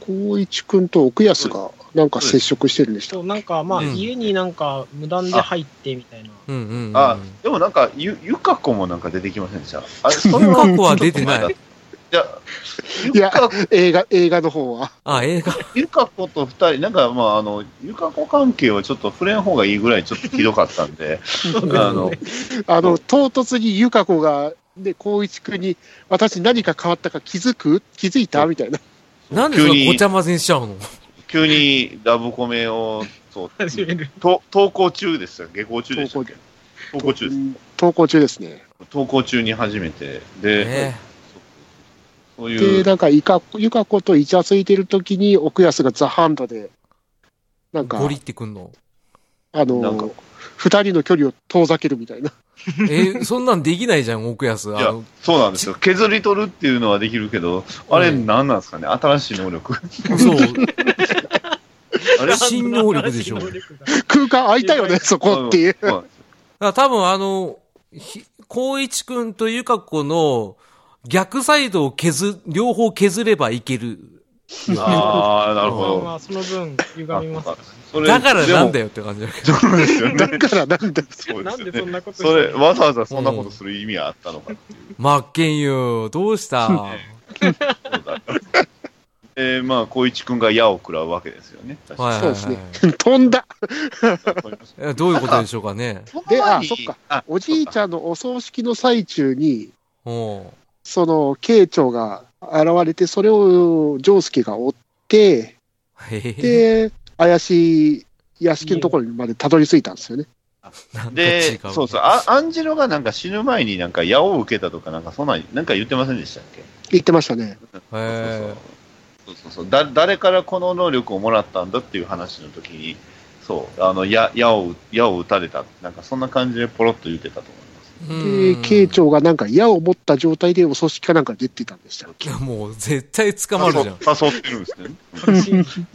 Speaker 1: 光一君と奥安がなんか接触してるんでした
Speaker 4: そう、なんか、まあ、
Speaker 2: うん
Speaker 4: 家になんか、無断で入ってみたいな。
Speaker 2: うんうん、うん。
Speaker 3: あ、でもなんか、ゆ、ゆかこもなんか出てきませんでした あれ、それ
Speaker 2: 過
Speaker 3: は、
Speaker 2: 去は出てない。
Speaker 3: いや、
Speaker 1: い
Speaker 3: ゆ
Speaker 1: や
Speaker 3: か、
Speaker 1: 映画、映画の方は。
Speaker 2: あ、映画。
Speaker 3: ゆかこと二人、なんか、まあ、あの、ゆかこ関係はちょっと触れん方がいいぐらいちょっとひどかったんで、あの、
Speaker 1: あの、唐突に由香子が、ね、光一君に、私何か変わったか気づく気づいたみたいな。
Speaker 2: なんでそ
Speaker 3: 急
Speaker 2: れ
Speaker 3: に
Speaker 2: ごちゃ混ぜにしちゃうの
Speaker 3: 急にラブコメを、そう、
Speaker 4: 始める。
Speaker 3: と投稿中ですよ。下校中でしたっけ投稿中です。
Speaker 1: 投稿中ですね。
Speaker 3: 投稿中に初めて。で、
Speaker 2: ね
Speaker 3: そうい
Speaker 1: で、
Speaker 3: う、
Speaker 1: なんか、いか、ゆか子とイチャついてる時に、奥安がザ・ハンドで、なんか
Speaker 2: ゴ、リってくんの。
Speaker 1: あ
Speaker 3: なんか
Speaker 1: の、二人の距離を遠ざけるみたいな。
Speaker 2: え、そんなんできないじゃん、奥安。あの、
Speaker 3: そうなんですよ。削り取るっていうのはできるけど、あれ
Speaker 2: うん
Speaker 3: 何なんですかね新しい能力。
Speaker 2: そう。
Speaker 3: あれ
Speaker 2: 新能力でしょ
Speaker 4: 新能力が
Speaker 1: 空間空いたよね、そこっていう。
Speaker 3: まあ
Speaker 2: だから多分あの、ひ光一くんとゆか子の逆サイドを削、両方削ればいける。
Speaker 3: あー、なるほ
Speaker 4: まあ
Speaker 3: ど
Speaker 4: ま。あ、その分、
Speaker 3: あ
Speaker 4: 歪みます
Speaker 3: そ
Speaker 4: よ
Speaker 3: うかそれ
Speaker 2: だからなんだ
Speaker 3: で
Speaker 2: よって感じだけど。
Speaker 3: もそうですよね。
Speaker 1: だからなんだ。
Speaker 3: そうで
Speaker 4: な
Speaker 3: す
Speaker 4: ん
Speaker 3: よ
Speaker 4: でそん
Speaker 3: ね。
Speaker 4: なこと
Speaker 3: それ、
Speaker 4: して
Speaker 3: わざわざそんなことする意味はあったのかっていう
Speaker 2: 真っけんよ。どうした
Speaker 3: ことだった。えー、まあ、光一くんが矢を食らうわけですよね。確か
Speaker 2: はいはいはい
Speaker 1: そうですね飛んだ。
Speaker 2: えどういうことでしょうかね。
Speaker 1: であそっか。
Speaker 3: あ
Speaker 1: おじいちゃんのお葬式の最中に、
Speaker 2: お
Speaker 1: その、慶長が現れて、それを、ジョウスケが追って、
Speaker 2: へへへ
Speaker 1: で、怪しい屋敷のところにまでたどり着いたんですよね。
Speaker 3: で、そうそう、あアンジェロがなんか死ぬ前になんか矢を受けたとか、なんかそんなん、なんか言ってませんでしたっけ
Speaker 1: 言ってましたね。
Speaker 2: う。へえ。
Speaker 3: そうそうそうだ誰からこの能力をもらったんだっていう話の時に、そう、あの矢矢を矢を撃たれた、なんかそんな感じでポロッと言ってたと思います。
Speaker 2: う
Speaker 1: で
Speaker 2: ん、
Speaker 1: 慶長がなんか矢を持った状態でお葬式かなんか出てたんでしたっ
Speaker 2: い
Speaker 1: け
Speaker 2: や、もう絶対捕まるじゃん。
Speaker 3: 誘誘ってるんですね。
Speaker 4: 私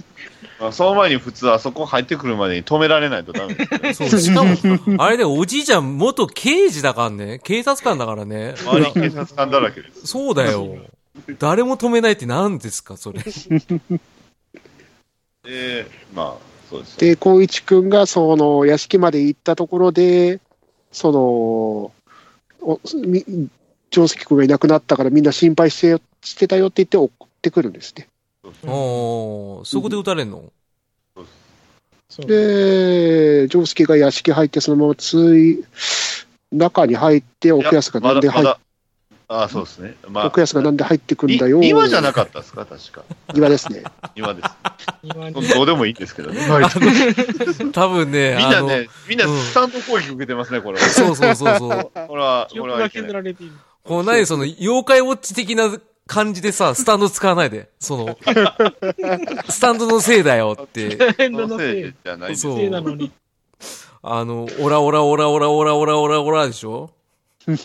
Speaker 3: まあ、その前に普通、あそこ入ってくるまでに止められないとダメ ですよね。
Speaker 2: そう、しかも、あれでおじいちゃん元刑事だからね。警察官だからね。
Speaker 3: 周り警察官だらけです。
Speaker 2: そうだよ。誰も止めないって何ですか、それ。
Speaker 3: で、まあ、そうです。
Speaker 1: で、光一くんがその屋敷まで行ったところで、その、おみ定石君がいなくなったからみんな心配してしてたよって言って送ってくるんですね。
Speaker 2: おー、そこで撃たれんの
Speaker 4: そう
Speaker 1: で、定石が屋敷入ってそのままつい、中に入って、
Speaker 3: いや
Speaker 1: 奥安がなんで
Speaker 3: ま
Speaker 1: 入っ
Speaker 3: だまだあ、そうですね。まあ、
Speaker 1: 奥安がなんで入ってくんだよ。
Speaker 3: い今じゃなかったですか、確か。
Speaker 1: 今ですね。
Speaker 3: 今です。
Speaker 4: 今ね
Speaker 3: どうでもいいんですけ どね。
Speaker 2: 多分ね、
Speaker 3: みん
Speaker 2: あ
Speaker 3: な
Speaker 2: の、
Speaker 3: ね、みんな
Speaker 2: うん
Speaker 3: スタンド攻撃受けてます ね、これは。
Speaker 2: そうそうそうそう。
Speaker 3: これは、
Speaker 4: 記
Speaker 3: こ
Speaker 4: 憶
Speaker 3: れは
Speaker 4: が
Speaker 3: いけ
Speaker 4: 削
Speaker 3: ない。
Speaker 4: られている。
Speaker 2: こう、何その、妖怪ウォッチ的な感じでさ、スタンド使わないで。そ の、スタンドのせいだよって。
Speaker 4: エン
Speaker 3: その
Speaker 4: ドの
Speaker 3: せ
Speaker 4: せ
Speaker 3: い
Speaker 4: い。
Speaker 3: じゃないです
Speaker 2: そう
Speaker 4: せいなのに。
Speaker 2: あの、オラオラオラオラオラオラオラオラでしょ
Speaker 3: ペ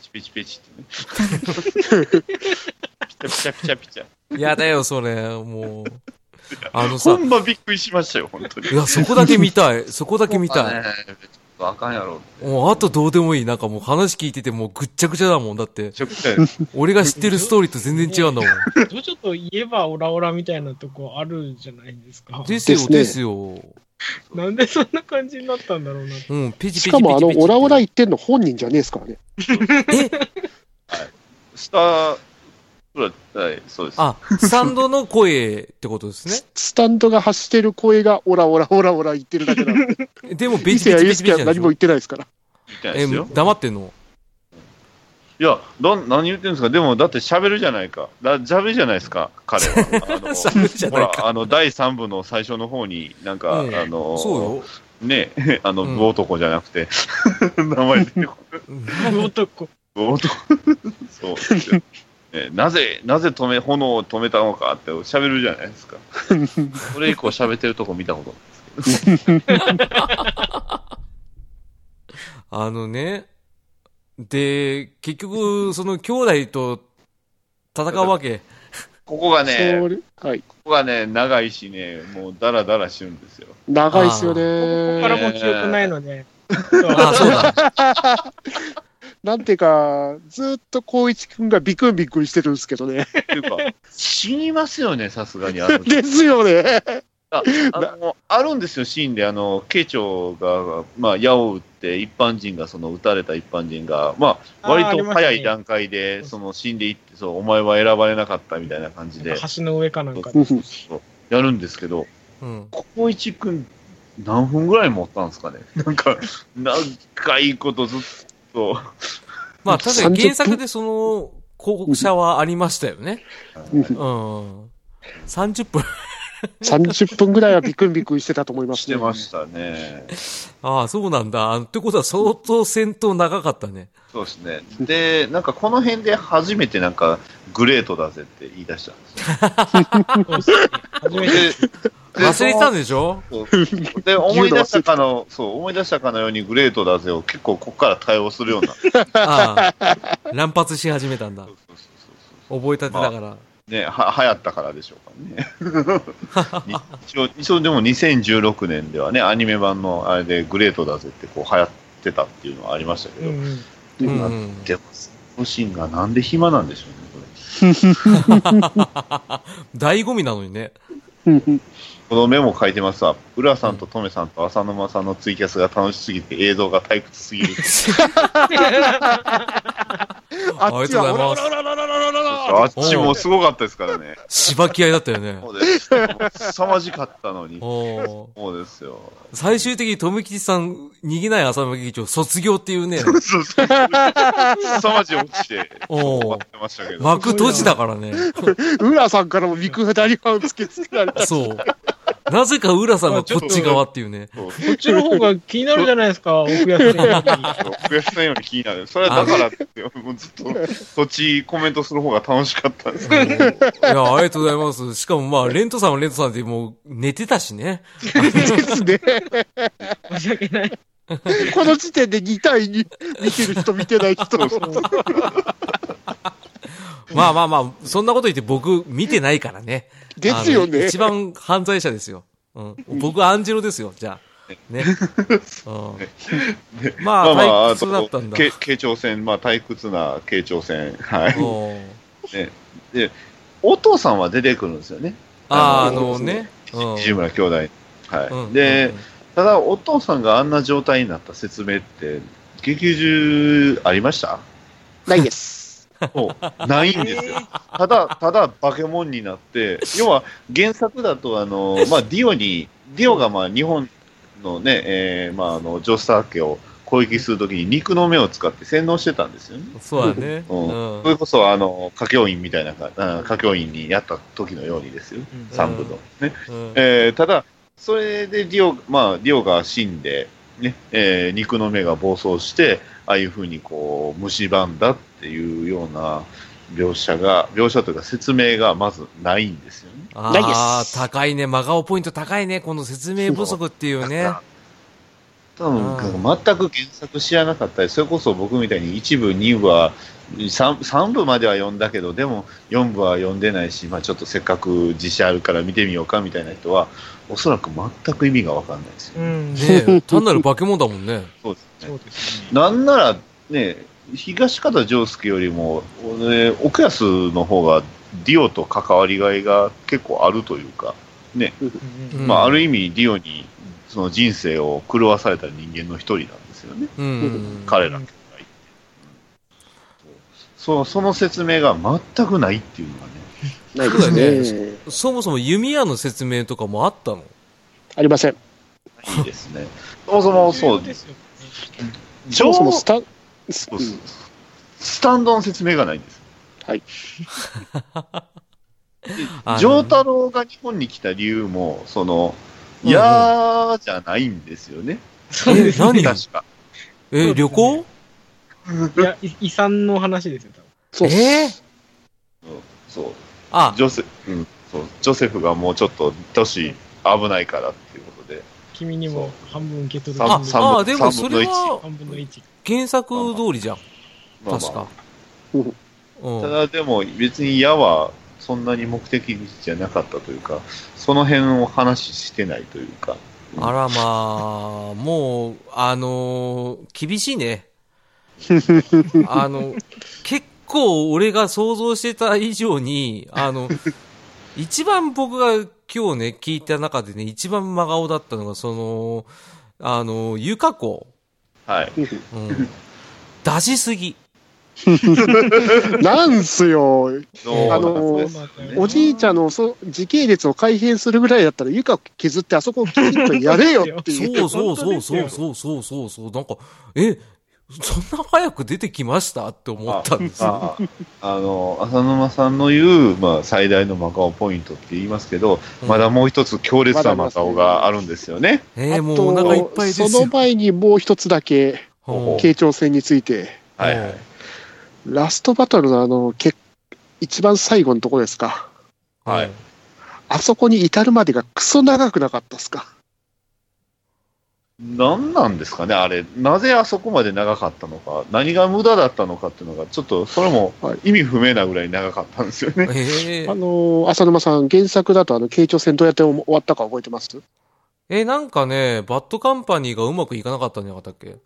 Speaker 3: チペチペチってね。ピチャピチャピチャピ
Speaker 2: やだよ、それ。もう。あの
Speaker 3: チャ。
Speaker 2: さ、
Speaker 3: ほんまびっくりしましたよ、本当に。
Speaker 2: いや、そこだけ見たい。そこだけ見たい。
Speaker 3: ねちょっとあかんやろ。
Speaker 2: もう、あとどうでもいい。なんかもう話聞いててもうぐっちゃぐちゃだもん。だって、
Speaker 3: ちょっと
Speaker 2: 俺が知ってるストーリーと全然違うんだもん。
Speaker 4: ジョジョといえばオラオラみたいなとこあるじゃないですか。
Speaker 2: ですよ、
Speaker 1: ですね
Speaker 2: ですよ。
Speaker 4: なんでそんな感じになったんだろうなって。
Speaker 2: うん、ペチ
Speaker 1: し
Speaker 2: ペチペチペチ。
Speaker 1: かもあの、オラオラ言ってんの本人じゃねえですからね。
Speaker 3: スター、はい、そうです。
Speaker 2: あ、スタンドの声ってことですね。
Speaker 1: スタンドが発してる声がオラオラオラオラ言ってるだけなので。
Speaker 2: でも、ベ
Speaker 1: 伊
Speaker 2: チ
Speaker 1: 勢
Speaker 2: ベチ
Speaker 1: 谷
Speaker 2: ベ
Speaker 1: 祐
Speaker 2: チ
Speaker 1: 介
Speaker 2: ベチ
Speaker 1: は
Speaker 2: なんで
Speaker 1: 何
Speaker 2: し
Speaker 1: も
Speaker 2: ょ
Speaker 1: え言ってないですから。
Speaker 3: みたい
Speaker 2: え
Speaker 3: ですよ、。
Speaker 2: 黙ってんの
Speaker 3: いや、どん、何言ってるんですかでも、だって喋るじゃないか。だ、喋るじゃないですか、 彼は。あの
Speaker 2: 喋るじゃ
Speaker 3: ほ
Speaker 2: ない
Speaker 3: ら
Speaker 2: か。、
Speaker 3: あの、第3部の最初の方に、なんか、
Speaker 2: ええ
Speaker 3: あの、
Speaker 2: そうよ。
Speaker 3: ね、 あの、
Speaker 2: うん
Speaker 3: 部男じゃなくて、 名前出てこない
Speaker 2: うん
Speaker 4: 男。
Speaker 3: 部男。 そうですよ。ねなぜ、なぜ止め、炎を止めたのかって喋るじゃないです か。それ以降喋ってるとこ見たことない
Speaker 2: あのね、で、結局、その兄弟と戦うわけ。
Speaker 3: ここが
Speaker 1: そ
Speaker 3: ね、
Speaker 1: れはい。
Speaker 3: ここがね、長いしね、もうダラダラしてるんですよ。
Speaker 1: 長いっすよね
Speaker 4: ここからもう記憶ないので。そう
Speaker 2: あ、そうだ。
Speaker 1: なんていうか、ずーっと光一くんがビクンビクンしてるんですけどね。
Speaker 3: っていうか、死にますよね、さすがに。 あの
Speaker 1: ですよね。
Speaker 3: あのあるんですよ、シーンで、あの慶長が、まあ、矢を撃って、一般人が、その撃たれた一般人が、まあ、
Speaker 4: あー
Speaker 3: 割
Speaker 4: あり
Speaker 3: と
Speaker 4: ましたね
Speaker 3: 早い段階で、その死んでいってそう、お前は選ばれなかったみたいな感じで、
Speaker 4: 橋の上かなんかで。
Speaker 3: そうやるんですけど、
Speaker 2: うん。
Speaker 3: 光一君、何分ぐらい持ったんですかね、なんか、 長いことずっと、
Speaker 2: まあ、確かに原作でその、広告者はありましたよね。うん。30分。
Speaker 1: 30分ぐらいはビクンビクンしてたと思います、ね。
Speaker 3: してましたね。
Speaker 2: ああ、そうなんだ。あってことは相当戦闘長かったね。
Speaker 3: そうですね。で、なんかこの辺で初めてなんか、グレートだぜって言い出したんですよ。で
Speaker 4: 初めて
Speaker 2: 忘れてたんでしょ
Speaker 3: そうで、思い出したかの、そう、思い出したかのようにグレートだぜを結構ここから対応するよう になった。
Speaker 2: ああ。乱発し始めたんだ
Speaker 3: そう。そうそうそう
Speaker 2: 覚えたてだから。
Speaker 3: ね、は、流行ったからでしょうかね。 一応、一応でも2016年ではね、アニメ版のあれでグレートだぜってこう流行ってたっていうのはありましたけ
Speaker 4: う
Speaker 3: ど、
Speaker 4: んうん
Speaker 2: う。
Speaker 3: うんでも、そのシーンがなんで暇なんでしょうね、これ。
Speaker 2: 醍醐味なのにね。
Speaker 1: うん
Speaker 3: このメモ書いてますわ。浦さんとトメさんと浅沼さんのツイキャスが楽しすぎて映像が退屈すぎる。
Speaker 1: あっちは
Speaker 2: ありがとうございます
Speaker 1: オラオラオラオラオラオラオラ
Speaker 3: あっちもすごかったですからね。
Speaker 2: しばき合いだったよね。
Speaker 3: そうです。もう凄まじかったのに。
Speaker 2: おー
Speaker 3: そうですよ。
Speaker 2: 最終的に富吉さん、逃げない浅沼劇場、卒業っていうね、
Speaker 3: そうそう。凄まじい落ちて、
Speaker 2: おー
Speaker 3: 終わってましたけど。
Speaker 2: 幕閉じだからね。
Speaker 1: 浦さんからもビクンダリファンつけつけられた。
Speaker 2: そう。なぜか浦さんがこっち側っていうね。
Speaker 3: そう
Speaker 4: こっちの方が気になるじゃないですか、奥安さんより
Speaker 3: 増やさないように気になる。それはだからって、もうずっと、そっちコメントする方が楽しかったんですけ
Speaker 2: い
Speaker 3: ど。
Speaker 2: や、ありがとうございます。しかもまあ、レントさんはレントさんでもう寝てたしね。
Speaker 1: ですね。
Speaker 4: 申し訳ない。
Speaker 1: この時点で2対2見てる人見てない人。
Speaker 2: まあまあまあ、そんなこと言って僕見てないからね。
Speaker 1: ですよ
Speaker 2: あの
Speaker 1: ね
Speaker 2: 一。番犯罪者ですよ。うん。僕はアンジェロですよ、じゃあ。ね。うん。ま
Speaker 3: まあ
Speaker 2: あ、
Speaker 3: ま
Speaker 2: 退
Speaker 3: あ、あ
Speaker 2: 屈だった
Speaker 3: と
Speaker 2: ん、だ。
Speaker 3: け慶長戦、まあ退屈な慶長戦。はい。
Speaker 2: おー
Speaker 3: お父さんは出てくるんですよね。
Speaker 2: あーあ
Speaker 3: あの
Speaker 2: のね。うん
Speaker 3: 西村兄弟。
Speaker 2: う
Speaker 3: は
Speaker 2: ん
Speaker 3: い。で、、ただお父さんがあんな状態になった説明って、劇中ありました
Speaker 1: ないです。
Speaker 3: そうないんですよ。ただ、ただ、バケモンになって、要は原作だと、あの、まあ、ディオに、ディオがまあ、日本のね、えーまあ、あの、ジョスター家を攻撃するときに肉の目を使って洗脳してたんですよね。
Speaker 2: うんそうだね。
Speaker 3: うん
Speaker 2: うん
Speaker 3: それこそ、あの、歌教員みたいなか、あ歌教員にやった時のようにですよ。三部の。ね。
Speaker 2: うん
Speaker 3: えーただ、それでディオ、まあ、ディオが死んで、ね、えー肉の目が暴走して、ああいうふうにこう、蝕んだっていうような描写が、描写というか説明がまずないんですよね。
Speaker 1: ないです
Speaker 2: ああ、高いね。真顔ポイント高いね。この説明不足っていうね。
Speaker 3: 多
Speaker 2: う
Speaker 3: 分
Speaker 2: ん
Speaker 3: 全く原作知らなかったり、それこそ僕みたいに1部、2部は3、3部までは読んだけど、でも4部は読んでないし、まあ、ちょっとせっかく自信あるから見てみようかみたいな人は、おそらく全く意味が分かんないですよ。
Speaker 4: うん、
Speaker 2: ねえ単なる化け物だもんね。
Speaker 3: そうですね
Speaker 4: そうですね。
Speaker 3: なんならね、東方丈介よりも、ね、奥安の方がディオと関わりがいが結構あるというか、
Speaker 4: うん
Speaker 2: うん
Speaker 3: まあ、ある意味、ディオにその人生を狂わされた人間の一人なんですよね、
Speaker 2: うん。
Speaker 3: 彼らがいて、そうその説明が全くないっていう のがね、
Speaker 1: ない
Speaker 2: そうだ
Speaker 1: で
Speaker 2: よ
Speaker 1: すね。
Speaker 2: そもそも弓矢の説明とかもあったの
Speaker 1: ありません。
Speaker 3: いいですね。そもそもそう
Speaker 4: ですよ、ね。
Speaker 1: そもそもスタ、
Speaker 3: そうっすスタンドの説明がないんです。
Speaker 1: はい。
Speaker 2: あ
Speaker 3: 丈太郎が日本に来た理由も、その、
Speaker 2: うんうん
Speaker 3: いやーじゃないんですよね。
Speaker 4: そうで
Speaker 2: え何
Speaker 3: 確か。
Speaker 2: え、旅行
Speaker 4: す。いや、い遺産の話ですよ、多分
Speaker 1: そうっす
Speaker 2: え
Speaker 3: そう。
Speaker 2: あ、
Speaker 3: ジョセ、うん、そう。ジョセフがもうちょっと年危ないからっていうことで。
Speaker 4: 君にも半分受け取る。
Speaker 3: さ
Speaker 2: あ
Speaker 4: 半、分
Speaker 3: さ
Speaker 2: あ、でもそれは
Speaker 4: 半分の1。
Speaker 2: 原作通りじゃん。
Speaker 3: まあまあ
Speaker 2: 確か。
Speaker 1: う
Speaker 2: うんん
Speaker 3: ただでも別に矢はそんなに目的じゃなかったというか、その辺を話してないというか。
Speaker 2: あらまあ、もう、あのー厳しいね。あの、結構俺が想像してた以上に、あの、一番僕が今日ね、聞いた中でね、一番真顔だったのが、その、あの、ゆかこ。
Speaker 3: はい。
Speaker 2: うん。出しすぎ。
Speaker 1: なんすよ。
Speaker 2: の
Speaker 1: あの
Speaker 3: ですね
Speaker 1: おじいちゃんのそ時系列を改変するぐらいだったら、床削ってあそこをきちっとやれよっていう。
Speaker 2: そうそう
Speaker 4: 本当
Speaker 2: そう
Speaker 4: です
Speaker 2: そう
Speaker 4: よ
Speaker 2: そうそうそうそう。なんか、え、そんな早く出てきましたって思ったんですよ。
Speaker 3: まあ、あの浅沼さんの言う、まあ、最大のマカオポイントって言いますけど、
Speaker 2: うん
Speaker 3: まだもう一つ強烈なマカオがあるんですよね。
Speaker 2: え
Speaker 1: あ
Speaker 2: ー
Speaker 1: と
Speaker 2: もうお腹いっぱいですよ。
Speaker 1: その前にもう一つだけ、
Speaker 2: うん
Speaker 1: 慶長戦について、
Speaker 3: はいはい。
Speaker 1: ラストバトルのあの、け一番最後のとこですか。
Speaker 3: はい。
Speaker 1: あそこに至るまでがクソ長くなかったっすか。
Speaker 3: 何なんですかね、あれ、なぜあそこまで長かったのか、何が無駄だったのかっていうのが、ちょっとそれも
Speaker 1: はい
Speaker 3: 意味不明なぐらい長かったんですよ ね。
Speaker 2: え
Speaker 1: あ
Speaker 2: ー、
Speaker 1: の、浅沼さん、原作だとあの、慶長戦どうやって終わったか覚えてます
Speaker 2: えー、なんかね、バッドカンパニーがうまくいかなかったんじゃなかったっけ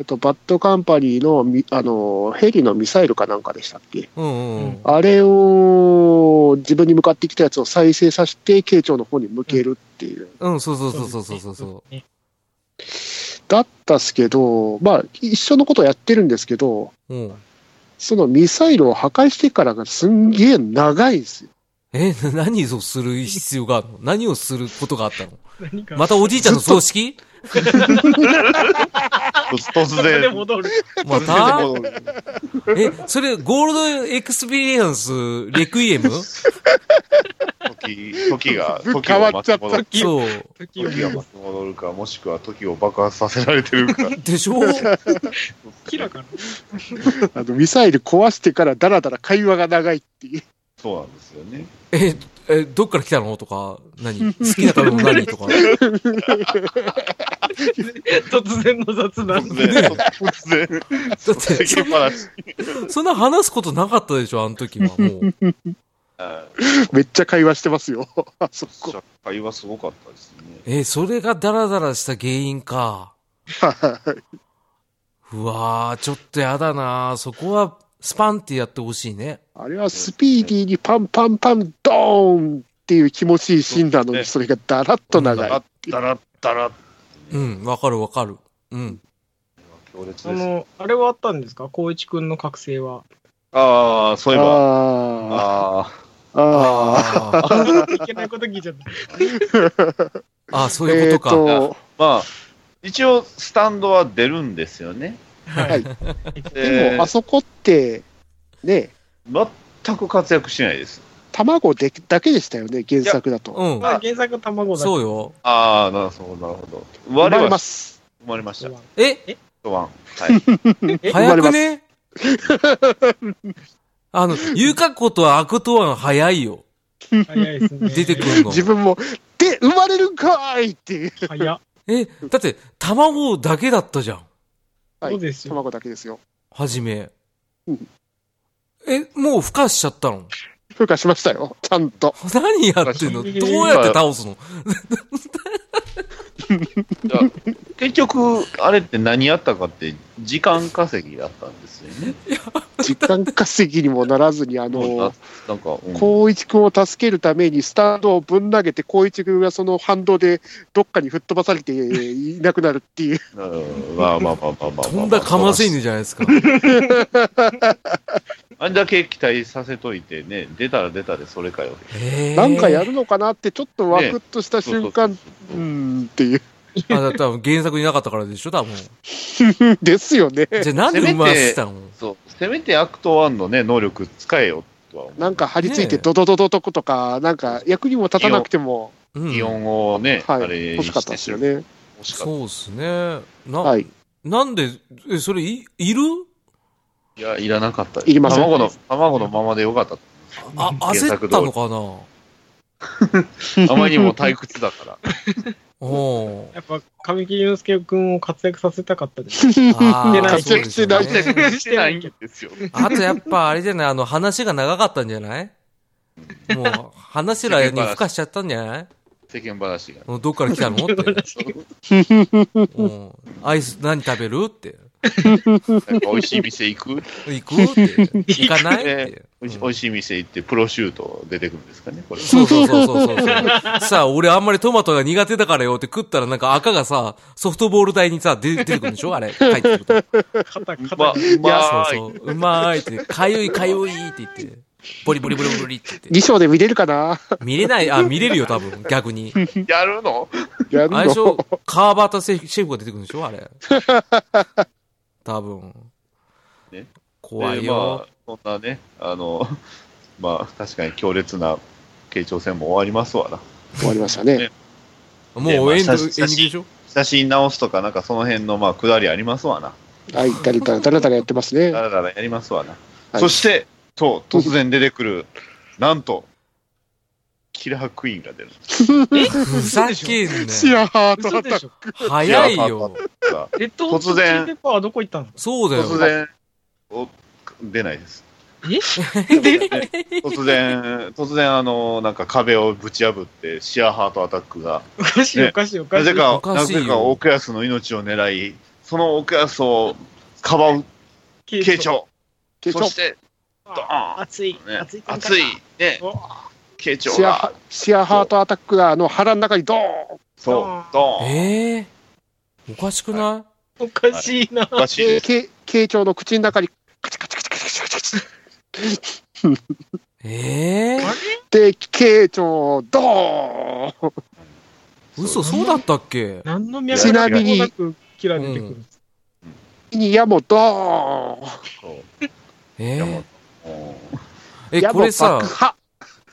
Speaker 1: えっと、バッドカンパニーのみ、あの、ヘリのミサイルかなんかでしたっけ
Speaker 2: うんうん。うん、
Speaker 1: あれを自分に向かってきたやつを再生させて、慶長の方に向けるっていう。
Speaker 2: うん、そうそうそうそうそうそうそ
Speaker 4: ですね
Speaker 1: だったっすけど、まあ、一緒のことやってるんですけど、
Speaker 2: う。うん。
Speaker 1: そのミサイルを破壊してからがすんげえ長いんですよ。
Speaker 2: えー、な何をする必要があるの何をすることがあったの
Speaker 4: 何か、
Speaker 2: またおじいちゃんの葬式
Speaker 3: 突
Speaker 4: そこで
Speaker 3: 然、
Speaker 4: 戻る。
Speaker 2: またえ、それ、ゴールドエクスペリエンス、レクイエム
Speaker 3: 時時、時が、
Speaker 1: ぶっ
Speaker 3: 時
Speaker 1: 変わ
Speaker 3: を
Speaker 1: っちゃ
Speaker 3: 巻
Speaker 1: っ
Speaker 3: き
Speaker 1: た
Speaker 3: 戻る
Speaker 2: そう。
Speaker 4: 時を
Speaker 3: 時が巻き戻るか、もしくは時を爆発させられてるか。
Speaker 2: でしょ
Speaker 4: 明らかな。
Speaker 1: あのミサイル壊してからだらだら会話が長いっていう。
Speaker 3: そうなんですよね。
Speaker 2: え、え、どっから来たのとか、何好きな食べ物何とか。
Speaker 4: 突然の雑談
Speaker 3: 突。然、突然、突然
Speaker 2: そんな
Speaker 3: 話。
Speaker 2: そんな話すことなかったでしょ、あの時は。もう。
Speaker 3: あ
Speaker 1: めっちゃ会話してますよ。 あそこ。
Speaker 3: ー会話すごかったですね。
Speaker 2: え、それがダラダラした原因か。うわー、ちょっとやだなそこは、スパンってやってほしいね。
Speaker 1: あれはスピーディーにパンパンパンドーンっていう気持ちいいシーンなのに、それがだらっと長
Speaker 3: だ
Speaker 1: い。
Speaker 3: ら、だら、だら、
Speaker 2: うん、わかるわかる。うん。
Speaker 3: 強烈
Speaker 4: あ
Speaker 3: です。
Speaker 4: の、あれはあったんですか光一くんの覚醒は。
Speaker 3: ああ、そういえば。
Speaker 1: あ
Speaker 3: あ
Speaker 1: あ、ああ、
Speaker 2: あー
Speaker 4: いけないこと聞いちゃった。
Speaker 2: あ ー、そうい
Speaker 1: え
Speaker 2: う
Speaker 1: っ
Speaker 2: ことか。
Speaker 1: と、
Speaker 3: あ、まあ、一応、スタンドは出るんですよね。
Speaker 1: はい。
Speaker 3: で
Speaker 1: でも、あそこって、ね、
Speaker 3: 全く活躍しないです。
Speaker 1: 卵でだけでしたよね、原作だと。
Speaker 2: うん
Speaker 4: ま。あ、原作卵だけ
Speaker 2: そうよ。
Speaker 3: ああ、なるほど、なるほど。
Speaker 1: 生
Speaker 3: 我
Speaker 1: まれ
Speaker 3: 々
Speaker 1: ま
Speaker 3: は
Speaker 1: す。
Speaker 3: 生まれました。
Speaker 2: え、
Speaker 3: 一晩。はい。
Speaker 4: え
Speaker 1: 生ま
Speaker 2: 早
Speaker 1: れま
Speaker 2: く
Speaker 1: す
Speaker 2: ねあの、言うかことは悪とは早いよ。
Speaker 4: 早いですね。
Speaker 2: 出てくるの。
Speaker 1: 自分も、で、生まれるんかーいっていう。
Speaker 4: 早っ。
Speaker 2: え、だって、卵だけだったじゃん。
Speaker 1: はい
Speaker 4: そうですよ。
Speaker 1: 卵だけですよ。
Speaker 2: はじめ
Speaker 1: うん。
Speaker 2: え、もう孵化しちゃったの
Speaker 1: 風化しましたよ、ちゃん と。
Speaker 2: 何やってんのどうやって倒すの
Speaker 3: じゃあ結局、あれって何やったかって、時間稼ぎだったんですよね。
Speaker 1: 時間稼ぎにもならずに、あの、
Speaker 3: なんか、うん
Speaker 1: 光一君を助けるためにスタンドをぶん投げて、光一君がその反動でどっかに吹っ飛ばされていなくなるって いう、
Speaker 3: うんまあまあまあまあまあまあ。
Speaker 2: とんだかませ犬じゃないですか。
Speaker 3: あんだけ期待させといてね、出たら出たでそれかよ。
Speaker 2: えー
Speaker 1: なんかやるのかなって、ちょっとワクッとした
Speaker 3: そうそ
Speaker 1: 瞬
Speaker 3: うそう
Speaker 1: 間、うーんっていう、
Speaker 2: あ、だ多分原作になかったからでしょ多分。
Speaker 1: ですよね。
Speaker 2: じゃあなんで生ませたの
Speaker 3: そう。せめてアクト1のね、能力使えよとは思う。
Speaker 1: なんか張り付いて
Speaker 2: ねえ
Speaker 1: ドドドドとことか、なんか役にも立たなくても、
Speaker 2: うん
Speaker 3: 気。温をね、
Speaker 1: は
Speaker 3: あれ
Speaker 1: い、
Speaker 3: に
Speaker 1: 欲しかったですよ。ね。
Speaker 3: 欲しかっ
Speaker 2: そうっすね。な、
Speaker 1: はい。
Speaker 2: なんで、え、それい、いる
Speaker 3: た。いや、いらなかった。
Speaker 1: いりません
Speaker 3: 卵の、卵のままでよ かった。
Speaker 2: あ、焦ったのかな
Speaker 3: あまりにも退屈だから。
Speaker 2: おー
Speaker 4: やっぱ、神木隆介くんを活躍させたかったです。
Speaker 2: あー
Speaker 1: 活躍してない
Speaker 2: そうでしょうね
Speaker 3: してないんですよ。
Speaker 2: あとやっぱあれじゃないあの話が長かったんじゃないもう話らに孵化しちゃったんじゃない
Speaker 3: 世間話が。
Speaker 2: どっから来たのって。うんアイス何食べるって。
Speaker 3: なんか美味しい店 行く
Speaker 2: 行くって。行かないって。
Speaker 3: 美味
Speaker 2: う
Speaker 3: し
Speaker 2: ん
Speaker 3: 美味しい店行ってプロシュート出てくるんですかね、これ。
Speaker 2: そうそうそうそうそう。さあ、俺あんまりトマトが苦手だからよって食ったらなんか赤がさ、ソフトボール台にさ、出出てくるんでしょあれ。書いてくると。
Speaker 4: 肩、肩
Speaker 3: まあ、
Speaker 4: が
Speaker 3: うま
Speaker 2: そう
Speaker 3: い。
Speaker 2: そう。うまーいって。かゆいかゆいって言って。ボリボリボリボリって言
Speaker 1: 2章で見れるかな
Speaker 2: って。見れない、あ、見れるよ多分、逆に。
Speaker 3: やるの
Speaker 1: やる
Speaker 2: あれでしょ
Speaker 1: の
Speaker 2: 川端シェフシェフが出てくるんでしょあれ。多分
Speaker 3: ね。
Speaker 2: 怖い
Speaker 3: で
Speaker 2: よ。
Speaker 3: まあ、そんなね、あの、 まあ、確かに強烈な慶長戦も終わりますわな。
Speaker 1: 終わりましたね。
Speaker 2: もう
Speaker 3: まあ
Speaker 2: エンド、エンデ
Speaker 3: 写
Speaker 2: ィング
Speaker 3: 真
Speaker 2: でしょ
Speaker 3: 写真直すとか、なんかその辺の、まあ、下りありますわな。
Speaker 1: はい、だらだらだらだらやってますね
Speaker 3: だ。らだらやりますわな。
Speaker 1: はい
Speaker 3: そして、と、突然出てくる、なんと、キラークイーンが出るんです
Speaker 2: ふざけん
Speaker 1: シ
Speaker 2: なよ。
Speaker 1: アハート
Speaker 4: 嘘
Speaker 1: ア
Speaker 4: で
Speaker 1: タ
Speaker 4: しょ
Speaker 2: 早いよ。
Speaker 3: が
Speaker 4: レッドホット
Speaker 3: 突然
Speaker 4: チリペッパーはどこ行ったんですか
Speaker 2: そうだよ。
Speaker 3: 突然、お出ないです。突然、突然、あの、なんか壁をぶち破って、シアーハートアタックが、
Speaker 4: おかしい
Speaker 3: ね
Speaker 4: おかしいおか
Speaker 3: な
Speaker 4: し
Speaker 3: ぜ
Speaker 4: い。
Speaker 3: か
Speaker 2: お、か
Speaker 3: な
Speaker 2: しいよ
Speaker 3: ぜか奥安の命を狙い、その奥安をかばう慶
Speaker 4: 慶長
Speaker 3: 長。
Speaker 1: ケチ
Speaker 3: そ
Speaker 1: ョ
Speaker 3: して、ドーン
Speaker 4: 熱い。
Speaker 3: ね
Speaker 4: 熱い。
Speaker 3: 熱い、ね
Speaker 4: お、
Speaker 3: 慶長
Speaker 1: シアハ
Speaker 3: が、
Speaker 1: シアハートアタックがあの腹の中にドーン
Speaker 3: そう、ドーン。
Speaker 2: ええおかしくな
Speaker 4: おかしいな。
Speaker 3: おかし
Speaker 1: で
Speaker 3: いです。
Speaker 1: け慶長の口の中にカチカチカチカチカチカチ
Speaker 2: いええ
Speaker 1: で慶長ドーン
Speaker 2: 嘘、そうだったっけ
Speaker 4: 何の脈
Speaker 1: ちなみに
Speaker 4: もなくキラ出てくる。
Speaker 1: に矢もドーン
Speaker 3: そう
Speaker 2: え
Speaker 3: いやも
Speaker 2: え
Speaker 3: ううん
Speaker 2: え、
Speaker 1: 矢
Speaker 2: こ
Speaker 1: も
Speaker 2: れさ
Speaker 1: 爆、破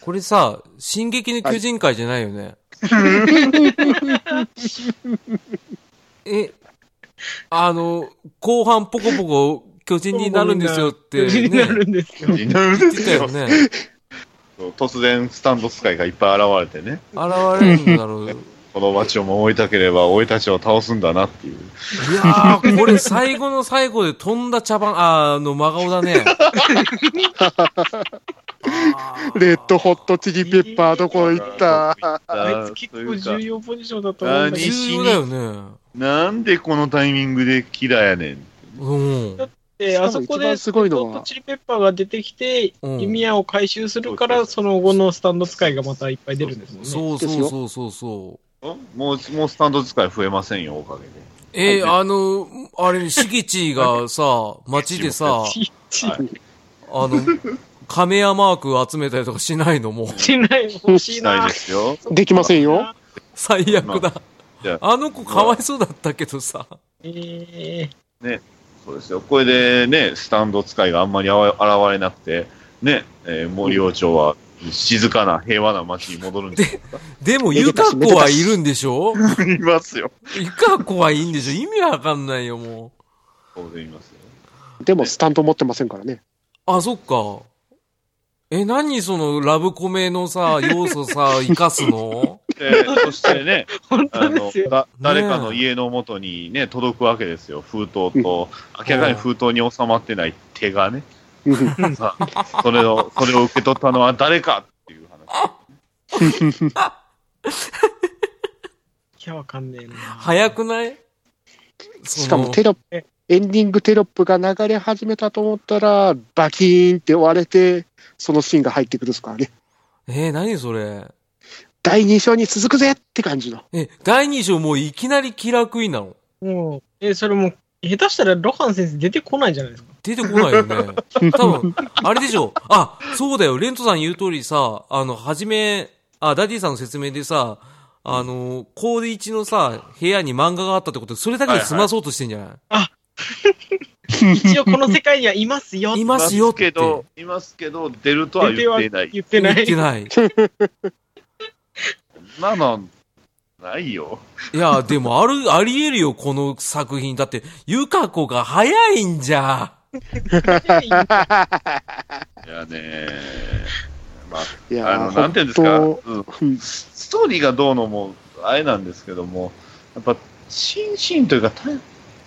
Speaker 2: これさ、進撃の巨人会じゃないよね。 え、あの、後半ポコポコ巨人になるんですよって、
Speaker 4: 気
Speaker 2: ね、
Speaker 4: になるんですよ。
Speaker 3: になるんで
Speaker 2: 言って
Speaker 3: す
Speaker 2: たよ
Speaker 3: よ。
Speaker 2: ね。
Speaker 3: 突然、スタンド使いがいっぱい現れてね、
Speaker 2: 現れるんだろう。
Speaker 3: この町を守りたければ、俺たちを倒すんだなっていう。
Speaker 2: いやー、これ最後の最後で飛んだ茶番、あーあの、真顔だ ね。あー
Speaker 1: レッドホットチリペッパーどこ行った
Speaker 4: あいつ結構重要ポジションだと思うんだけど、
Speaker 2: 重要だよね。
Speaker 3: なんでこのタイミングでキラやねん。
Speaker 2: うん。
Speaker 4: であそこで
Speaker 1: しかも一番すごいのは
Speaker 4: ホットチリペッパーが出てきて、
Speaker 2: うん
Speaker 4: 弓矢を回収するから、その後のスタンド使いがまたいっぱい出るんですもんね。
Speaker 2: そう
Speaker 1: です
Speaker 2: そう
Speaker 1: よ
Speaker 2: そうそうそう。
Speaker 3: もう、もうスタンド使い増えませんよ、おかげで。
Speaker 2: えーあの、あれ、敷地がさ、街でさ、
Speaker 4: し
Speaker 3: はい
Speaker 2: あの、亀屋マーク集めたりとかしないのもう、
Speaker 4: しない、欲しい
Speaker 3: しない
Speaker 4: な
Speaker 3: で。すよ。
Speaker 1: できませんよ。
Speaker 2: 最悪だ
Speaker 3: いや。
Speaker 2: あの子かわいそうだったけどさ。
Speaker 4: えー
Speaker 3: そうですよ。これでね、スタンド使いがあんまりあわ現れなくて、ね、えー森王朝は静かな平和な町に戻るん ですよ。
Speaker 2: でも、ゆか子はいるんでしょ
Speaker 3: いますよ。
Speaker 2: ゆか子はいいんでしょ意味わかんないよ、もう。
Speaker 3: 当然いますよ。
Speaker 1: でもスタンド持ってませんからね。
Speaker 2: あ、そっか。え、何そのラブコメのさ、要素さ、生かすの
Speaker 3: で、そしてね、
Speaker 4: 本
Speaker 3: あ
Speaker 4: 当で
Speaker 3: の
Speaker 4: すよ。
Speaker 3: だ誰かの家の元にね、届くわけですよ、封筒と、
Speaker 1: うん
Speaker 3: 明らかに封筒に収まってない手がね、
Speaker 1: うん
Speaker 3: さそれをそれを受け取ったのは誰かっていう話、
Speaker 4: いや、わかんねえな。
Speaker 2: 早くないその
Speaker 1: しかもテロップ、エンディングテロップが流れ始めたと思ったら、バキーンって割れて、そのシーンが入ってくるですからね。
Speaker 2: えー何それ
Speaker 1: 第2章に続くぜって感じの。
Speaker 2: え、第2章もういきなりキラークイーンなの
Speaker 4: もう、えそれも、下手したらロハン先生出てこないじゃないですか。
Speaker 2: 出てこないよね。 多分、あれでしょあ、そうだよ。レントさん言う通りさ、あの、はじめ、あ、ダディさんの説明でさ、あの、コーデ1のさ、部屋に漫画があったってことで、それだけで済まそうとしてんじゃない、
Speaker 4: 一応この世界にはいますよ。
Speaker 2: いますよって
Speaker 3: けど、いますけど、出るとは言っていない、
Speaker 4: 言ってな
Speaker 2: 言っ
Speaker 4: い
Speaker 2: て。ない。
Speaker 3: なの、ないよ、
Speaker 2: いや、でもある、あり得るよ、この作品。だって、ゆかこが早いんじゃ。
Speaker 3: いやね、ま
Speaker 1: い
Speaker 3: あ、あ
Speaker 1: や
Speaker 3: の
Speaker 1: ー、
Speaker 3: なんていうんですか、
Speaker 1: 本
Speaker 3: うん
Speaker 1: 当うん
Speaker 3: ストーリーがどうのも、あれなんですけども、やっぱ、心身というか、た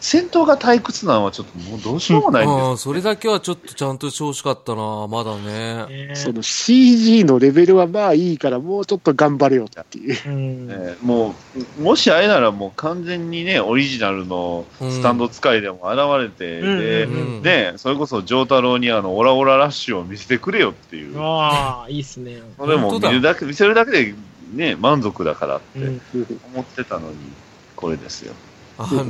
Speaker 3: 戦闘が退屈なのは、ちょっともうどうしようもないんですよ
Speaker 2: うん、それだけはちょっとちゃんとしてほしかったな、まだね。
Speaker 4: ね
Speaker 1: その CG のレベルはまあいいから、もうちょっと頑張れよって いう。
Speaker 4: うん
Speaker 3: ねもう、もしあれならもう完全にね、オリジナルの
Speaker 2: うん
Speaker 3: スタンド使いでも現れて、
Speaker 4: うん
Speaker 3: で、
Speaker 4: うん
Speaker 2: うん
Speaker 3: ね、それこそ丈太郎にあの、オラオララッシュを見せてくれよっていう。
Speaker 4: ああ、いいっすね。
Speaker 3: それも
Speaker 2: 本
Speaker 3: 見
Speaker 2: 当だ
Speaker 3: るだけ、見せるだけでね、満足だからっ
Speaker 4: う
Speaker 3: て
Speaker 4: ん、
Speaker 1: うん
Speaker 3: 思ってたのに、これですよ。
Speaker 2: あの、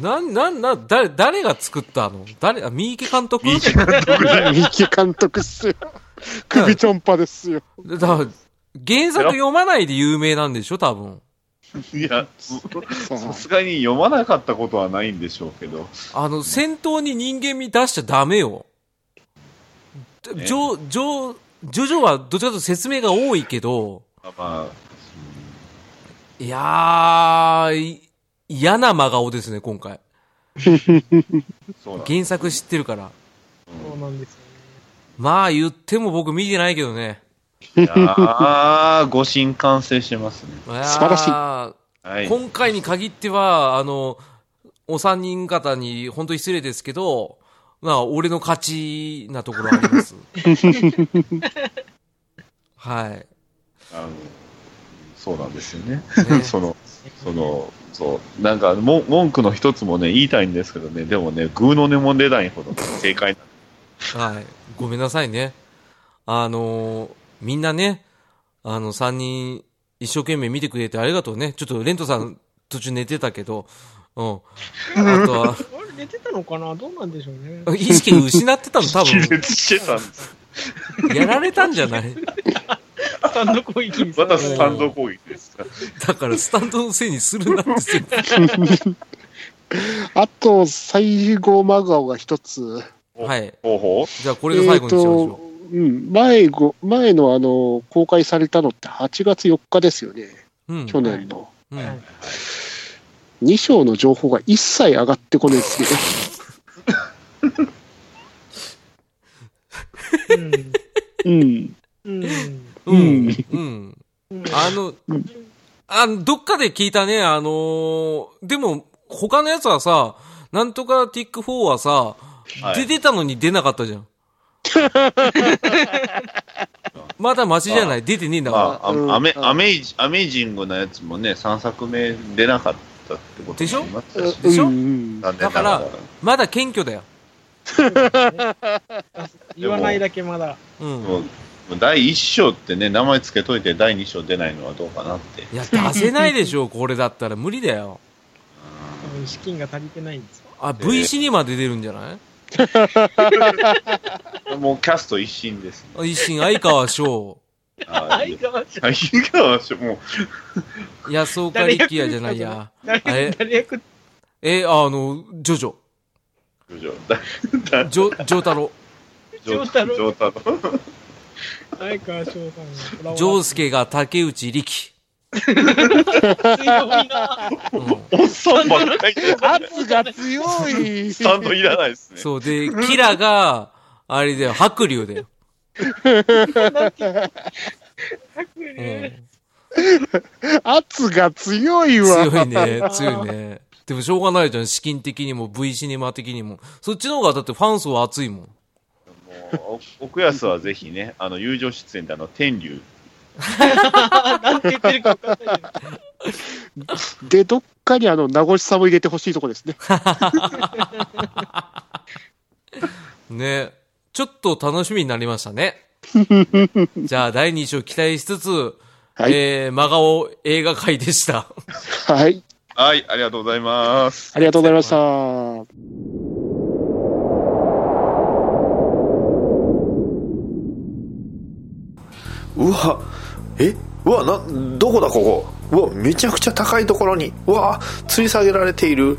Speaker 2: なん、なん、なん、誰、誰が作ったの誰、あ、三池監督
Speaker 3: ミーチ監督だよ。
Speaker 1: 三木監督っすよ。首ちょんぱですよ。
Speaker 2: だから原作読まないで有名なんでしょ多分。
Speaker 3: いや、
Speaker 1: さ
Speaker 3: さ
Speaker 1: あ
Speaker 3: すがに読まなかったことはないんでしょうけど、
Speaker 2: あの、戦闘に人間味出しちゃダメよ。
Speaker 3: ね
Speaker 2: ジョ、ジョ、ジョジョはどちらかというと説明が多いけど、
Speaker 3: まあ、
Speaker 2: いやー、い嫌な真顔ですね、今回。
Speaker 3: うんそうなんだ
Speaker 2: 原作知ってるから。
Speaker 4: そうなんですよ
Speaker 2: まあ言っても僕見てないけどね。
Speaker 3: いやー、ご神完成してますね。
Speaker 2: 素
Speaker 1: 晴らしい
Speaker 3: はい。
Speaker 2: 今回に限っては、あの、お三人方に本当に失礼ですけど、まあ、俺の勝ちなところあり ます。はい。ね
Speaker 3: あのそうなんですよね。 その、その、そう、なんか、もん文句の一つもね、言いたいんですけどね、でもね、グーの根も出ないほど正解なん
Speaker 2: はい。ごめんなさいね。あのーみんなね、あの、三人一生懸命見てくれてありがとうね。ちょっとレントさん途中寝てたけど、うん。あとは、
Speaker 4: あれ、寝てたのかなどうなんでしょうね。
Speaker 2: 意識失ってたの多
Speaker 3: 気
Speaker 2: 分、
Speaker 3: 絶し てたんです。
Speaker 2: やられたんじゃない
Speaker 4: スタンド攻撃に
Speaker 3: また
Speaker 2: そう
Speaker 3: スタンド攻撃ですか。
Speaker 2: だからスタンドのせいにするなって 全部
Speaker 1: あと、最後真顔が一つ。
Speaker 2: はい。
Speaker 3: 方法
Speaker 2: じゃあこれが最後にしましょ
Speaker 1: え
Speaker 2: う。
Speaker 1: ーうん、前ご、前のあの、公開されたのって8月4日ですよね、
Speaker 2: うん。
Speaker 1: 去年の。
Speaker 2: うん
Speaker 4: はい
Speaker 1: 2章の情報が一切上がってこないですね。
Speaker 4: うん
Speaker 1: うん。う
Speaker 2: う
Speaker 4: うん
Speaker 1: ん
Speaker 2: ん。うん。あの
Speaker 1: うん、
Speaker 2: あの、どっかで聞いたね、あのーでも、他のやつはさ、なんとかティック4はさ、
Speaker 3: はい
Speaker 2: 出てたのに出なかった じゃん。まだマシじゃない出てねえんだから。
Speaker 3: まあ、
Speaker 1: うん
Speaker 3: あアメ
Speaker 1: うん
Speaker 3: アメイジアメイジングなやつもね、3作目出なかったってことになりましたし、
Speaker 2: でしょ
Speaker 1: うんうん
Speaker 3: 残念ながら
Speaker 2: だかまだ謙虚だよ。
Speaker 4: 言わないだけまだ。
Speaker 2: うん。
Speaker 3: もうもう第1章ってね、名前つけといて第2章出ないのはどうかなって。
Speaker 2: いや、出せないでしょ、これだったら無理だよ。
Speaker 4: 多分資金が足りてないんですよ。
Speaker 2: あ、V シネマで出るんじゃない
Speaker 3: もうキャスト一新 です、ね。
Speaker 2: あ一心、相川 翔、
Speaker 3: は
Speaker 4: 相
Speaker 3: い。
Speaker 4: 川じゃん
Speaker 3: 相川翔もう、
Speaker 2: 安岡力也じゃないや。あ
Speaker 4: 誰
Speaker 2: れ
Speaker 4: 誰役って
Speaker 2: え、あの、ジョジョ、
Speaker 3: ジョだだ
Speaker 2: ジョ、ジョタロ、
Speaker 3: ジョ
Speaker 4: ジョ太郎
Speaker 3: ジョ太郎
Speaker 4: 相川翔さんが。
Speaker 2: ジョウスケが竹内力。
Speaker 4: 強いな。
Speaker 2: うん
Speaker 3: おっ さんばっかりで、
Speaker 1: 圧が強い。
Speaker 3: スタンドいらないですね。
Speaker 2: そうで、キラが、あれだよ、白龍だよ。 う
Speaker 4: ね
Speaker 2: ん、
Speaker 1: 圧が強いわ。
Speaker 2: 強いね、強いね。でもしょうがないじゃん、資金的にも V シネマ的にも。そっちの方がだってファン層は熱いもん。
Speaker 3: もうお奥安はぜひね、あの、友情出演であの、天竜。
Speaker 4: なんて言ってるか分かんないけど。
Speaker 1: で、どっかにあの、名越さんも入れてほしいとこですね。
Speaker 2: ね。ちょっと楽しみになりました ね。じゃあ、第2章期待しつつ、
Speaker 1: はい
Speaker 2: えー、真顔映画界でした。
Speaker 1: はい。
Speaker 3: はい、ありがとうございます。
Speaker 1: ありがとうございました。
Speaker 5: うわえうわなどこだここうわめちゃくちゃ高いところにうわ吊り下げられている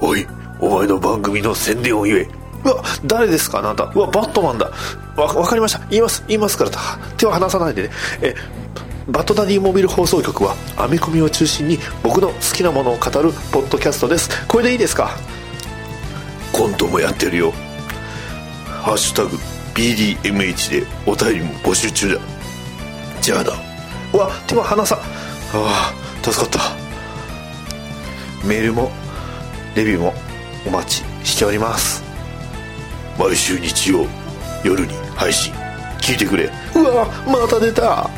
Speaker 5: おいお前の番組の宣伝を言えうわ誰ですかあなたうわバットマンだわわかりました言います言いますからは手は離さないでねえバットダディモビル放送局はアメコミを中心に僕の好きなものを語るポッドキャストですこれでいいですかコントもやってるよハッシュタグ BDMH でお便りも募集中だじゃあなうわ手は離さああ助かったメールもレビューもお待ちしております毎週日曜夜に配信聞いてくれうわまた出た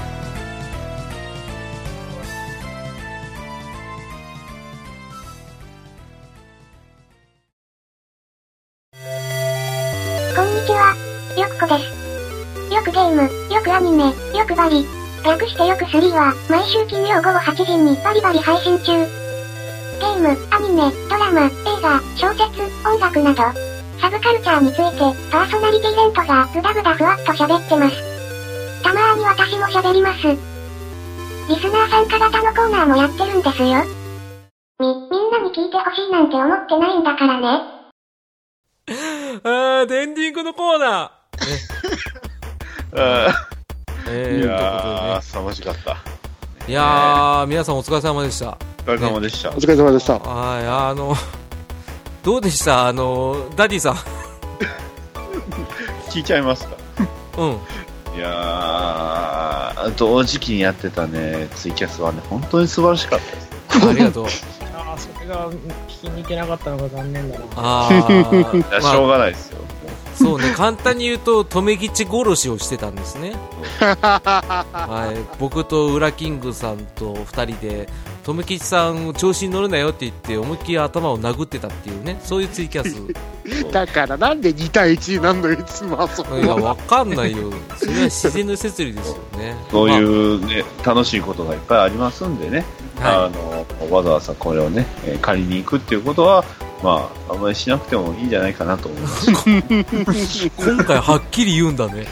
Speaker 6: こんにちは、よくこです。よくゲーム、よくアニメ、よくバリ。略してよく3は、毎週金曜午後8時にバリバリ配信中。ゲーム、アニメ、ドラマ、映画、小説、音楽など、サブカルチャーについて、パーソナリティレントがぐだぐだふわっと喋ってます。たまーに私も喋ります。リスナー参加型のコーナーもやってるんですよ。み、みんなに聞いてほしいなんて思ってないんだからね。
Speaker 2: あー、でエンディングのコーナー。
Speaker 3: あ
Speaker 2: え
Speaker 3: ー
Speaker 2: ー、
Speaker 3: い
Speaker 2: という
Speaker 3: やー、
Speaker 2: こ
Speaker 3: 凄まじかった。
Speaker 2: とでね。いやー、皆さんお疲れ様でした。
Speaker 3: お疲れ様でした。
Speaker 1: お疲れ様でした。
Speaker 2: はい、あの、 どうでしたあの、ダディさん。
Speaker 3: 聞いちゃいますか
Speaker 2: うん。
Speaker 3: いやー、同時期にやってたね、ツイキャスはね、本当に素晴らしかったです。
Speaker 2: ありがとう。
Speaker 4: ああ、それが聞きに行けなかったのが残念だな。
Speaker 2: あー
Speaker 3: いや、
Speaker 2: まあ
Speaker 3: しょうがないですよ。も
Speaker 2: そうね、簡単に言うと、留吉殺しをしてたんです ね。はい、僕とウラキングさんと2人で、留吉さんを調子に乗るなよって言って、思いっきり頭を殴ってたっていうね、そういうツイ キャス。い
Speaker 1: だからなんで2対1になんのいつもあそこ
Speaker 2: や、
Speaker 1: は。
Speaker 2: わかんないよ。それは自然の摂理ですよね。
Speaker 3: そういうね、楽しいことがいっぱいありますんでね、
Speaker 2: まあは
Speaker 3: あの、わざわざこれをね、えー借りに行くっていうことは、まあ、あんまりしなくてもいいんじゃないかなと思います。ちょ
Speaker 2: い、今回はっきり言うんだね。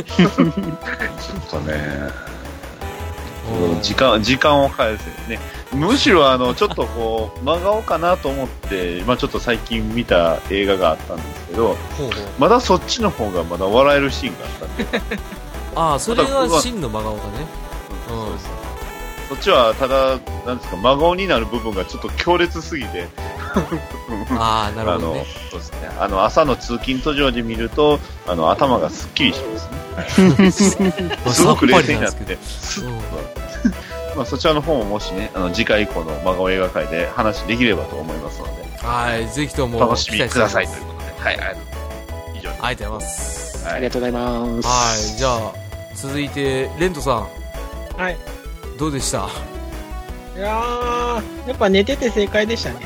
Speaker 3: っとね、うん時間時間を返せねむしろあのちょっとこう 真顔かなと思って、まあ、ちょっと最近見た映画があったんですけど
Speaker 2: ほうほう
Speaker 3: まだそっちの方がまだ笑えるシーンがあったんで、
Speaker 2: ああそれが真の真顔だね
Speaker 3: うん
Speaker 2: うん
Speaker 3: そうですそっちはただなんですか真顔になる部分がちょっと強烈すぎて
Speaker 2: ああな
Speaker 3: あ
Speaker 2: るほど
Speaker 3: の
Speaker 2: ね
Speaker 3: そうですねあの朝の通勤途上で見るとあの頭がすっきりしますね
Speaker 2: まあ
Speaker 3: す
Speaker 2: さ
Speaker 3: ご
Speaker 2: っぱ
Speaker 3: く
Speaker 2: り
Speaker 3: 冷静になっ
Speaker 2: ん
Speaker 3: て
Speaker 2: で、すけどうん
Speaker 3: まあ、そちらの方ももしねあの次回以降の真顔映画会で話できればと思いますので
Speaker 2: はいぜひとも
Speaker 3: お楽しみ
Speaker 2: 期待
Speaker 3: く
Speaker 2: てま
Speaker 3: だ
Speaker 2: す
Speaker 3: さいということではいあの以上
Speaker 2: ありがとうございます
Speaker 3: は
Speaker 1: あ
Speaker 3: い
Speaker 1: りがとうございます。
Speaker 2: はいじゃあ続いてレントさん
Speaker 4: はい
Speaker 2: どうでした
Speaker 4: いやー、やっぱ寝てて正解でしたね。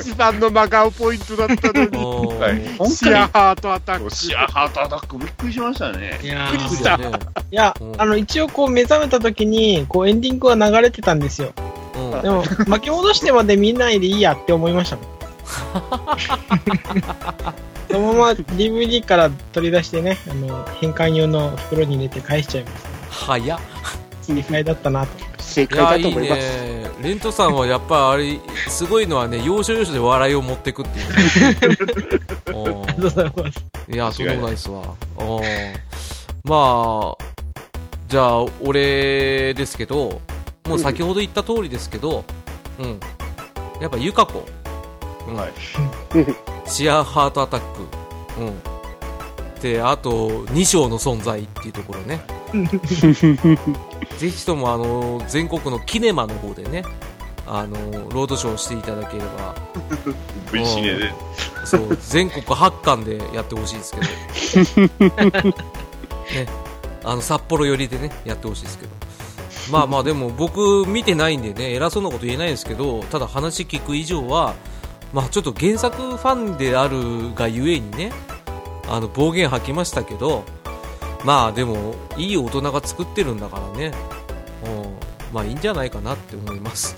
Speaker 1: 一番の真顔ポイントだった のに、
Speaker 2: おー
Speaker 3: はい
Speaker 2: びっ
Speaker 3: 今
Speaker 1: シア
Speaker 3: 回
Speaker 1: ハートアタック。
Speaker 3: シアハートアタックびっくりしましたね
Speaker 4: いや
Speaker 2: くり
Speaker 4: ー
Speaker 2: したね
Speaker 4: いや
Speaker 2: う、ん
Speaker 4: あの、一応こう目覚めた時に、こうエンディングが流れてたんですよ。
Speaker 2: うん
Speaker 4: で も、巻き戻してまで見ないでいいやって思いました もん。そのまま DVD から取り出してね、あの、変換用の袋に入れて返しちゃいます。
Speaker 2: 早っ
Speaker 4: 正解だったなと。
Speaker 1: 正
Speaker 2: い
Speaker 1: 解
Speaker 2: や
Speaker 1: だ
Speaker 2: い
Speaker 1: と
Speaker 2: い
Speaker 1: 思います。
Speaker 2: ねレントさんはやっぱあれすごいのはね要所要所で笑いを持ってくっていうお
Speaker 4: あ
Speaker 2: ー
Speaker 4: りがとうございます。
Speaker 2: いやとんでもないですわおーまあじゃあ俺ですけどもう先ほど言った通りですけどうんやっぱユカ子、うん
Speaker 3: はい
Speaker 2: シアーハートアタックうんであと2章の存在っていうところ ねぜひともあの全国のキネマの方でねあのロードショーをしていただければ
Speaker 3: V シネで
Speaker 2: そう全国8巻でやってほしいですけど、ね、あの札幌寄りでねやってほしいですけどまあまあでも僕見てないんでね偉そうなこと言えないですけどただ話聞く以上はまあちょっと原作ファンであるがゆえにねあの暴言吐きましたけどまあでもいい大人が作ってるんだからね、うん、まあいいんじゃないかなって思います。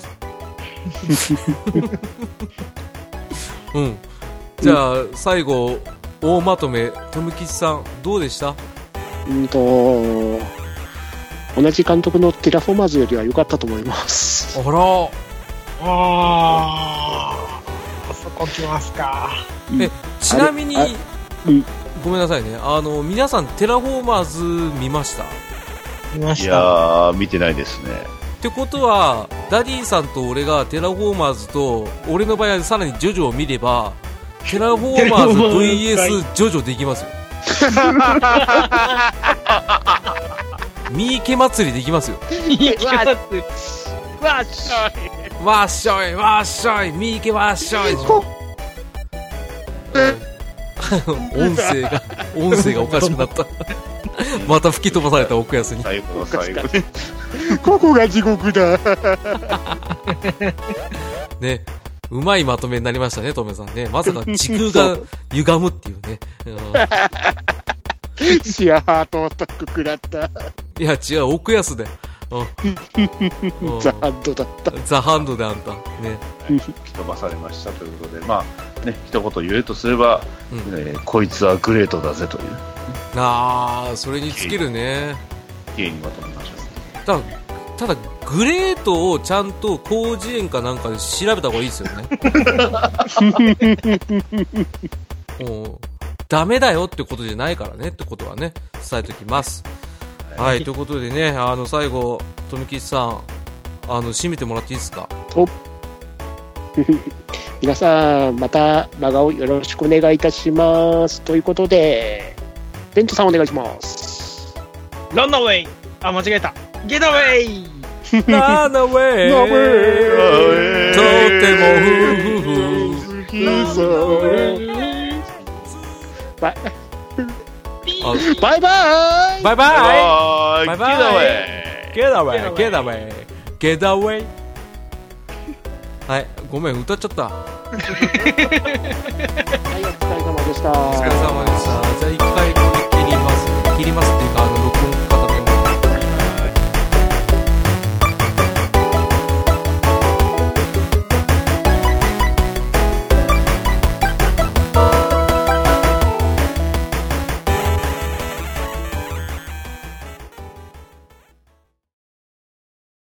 Speaker 2: うん、じゃあ最後大まとめトムキチさんどうでした
Speaker 1: うんと、同じ監督のテラフォーマーズよりは良かったと思います。
Speaker 2: あら
Speaker 4: あー、そこ来ますか。
Speaker 2: ちなみに
Speaker 1: あれあうん
Speaker 2: ごめんなさいねあの皆さんテラフォーマーズ見ましたっ
Speaker 4: いま
Speaker 3: い
Speaker 4: し
Speaker 3: や
Speaker 4: た。
Speaker 3: ー見てないですね
Speaker 2: てことはダディさんと俺がテラフォーマーズと俺の場合はさらにジョジョを見ればテラフォーマーズ VS ジョジョできます よ三池祭りできますよ
Speaker 4: いい気がする
Speaker 2: わっしょいわっしょい三池わっしょい 音声が音声がおかしくなったまた吹き飛ばされた奥安に
Speaker 3: 最後の最後で
Speaker 1: ここが地獄だ。
Speaker 2: ねうまいまとめになりましたねトメさんねまさか時空が歪むっていうね、う
Speaker 1: シアハートアタック食らった。
Speaker 2: んいや違う奥安で、うんうん
Speaker 1: ザハンドだった。
Speaker 2: ザハンドであんたね、
Speaker 3: 吹き飛ばされましたということでまあね一言言えるとすれば、
Speaker 2: う
Speaker 3: え
Speaker 2: ん、
Speaker 3: ーこいつはグレートだぜという
Speaker 2: ああそれに尽きるね
Speaker 3: 芸にまとめましょ
Speaker 2: ただただグレートをちゃんと広辞苑かなんかで調べた方がいいですよね もうダメだよってことじゃないからねってことはね伝えておきますはい、ということでねあの最後富吉さんあの締めてもらっていいです か
Speaker 1: 皆さん、また真顔よろしくお願いいたします。ということで、ベントさんお願いします。
Speaker 4: ランナーウェイあ、間違えた。ゲットウェイ
Speaker 2: ランアウェイ
Speaker 1: ランアウェ
Speaker 2: とても夫婦
Speaker 1: バイ
Speaker 2: あ
Speaker 1: バイバイ
Speaker 2: バイ
Speaker 3: う
Speaker 2: バ
Speaker 3: バイバイ
Speaker 2: バイバイ
Speaker 3: バ
Speaker 2: イ
Speaker 3: イ
Speaker 2: ゲダウェイゲダウェイゲダウェイはいごめん歌っちゃった
Speaker 1: はい、お疲れ様でし
Speaker 2: お疲れ様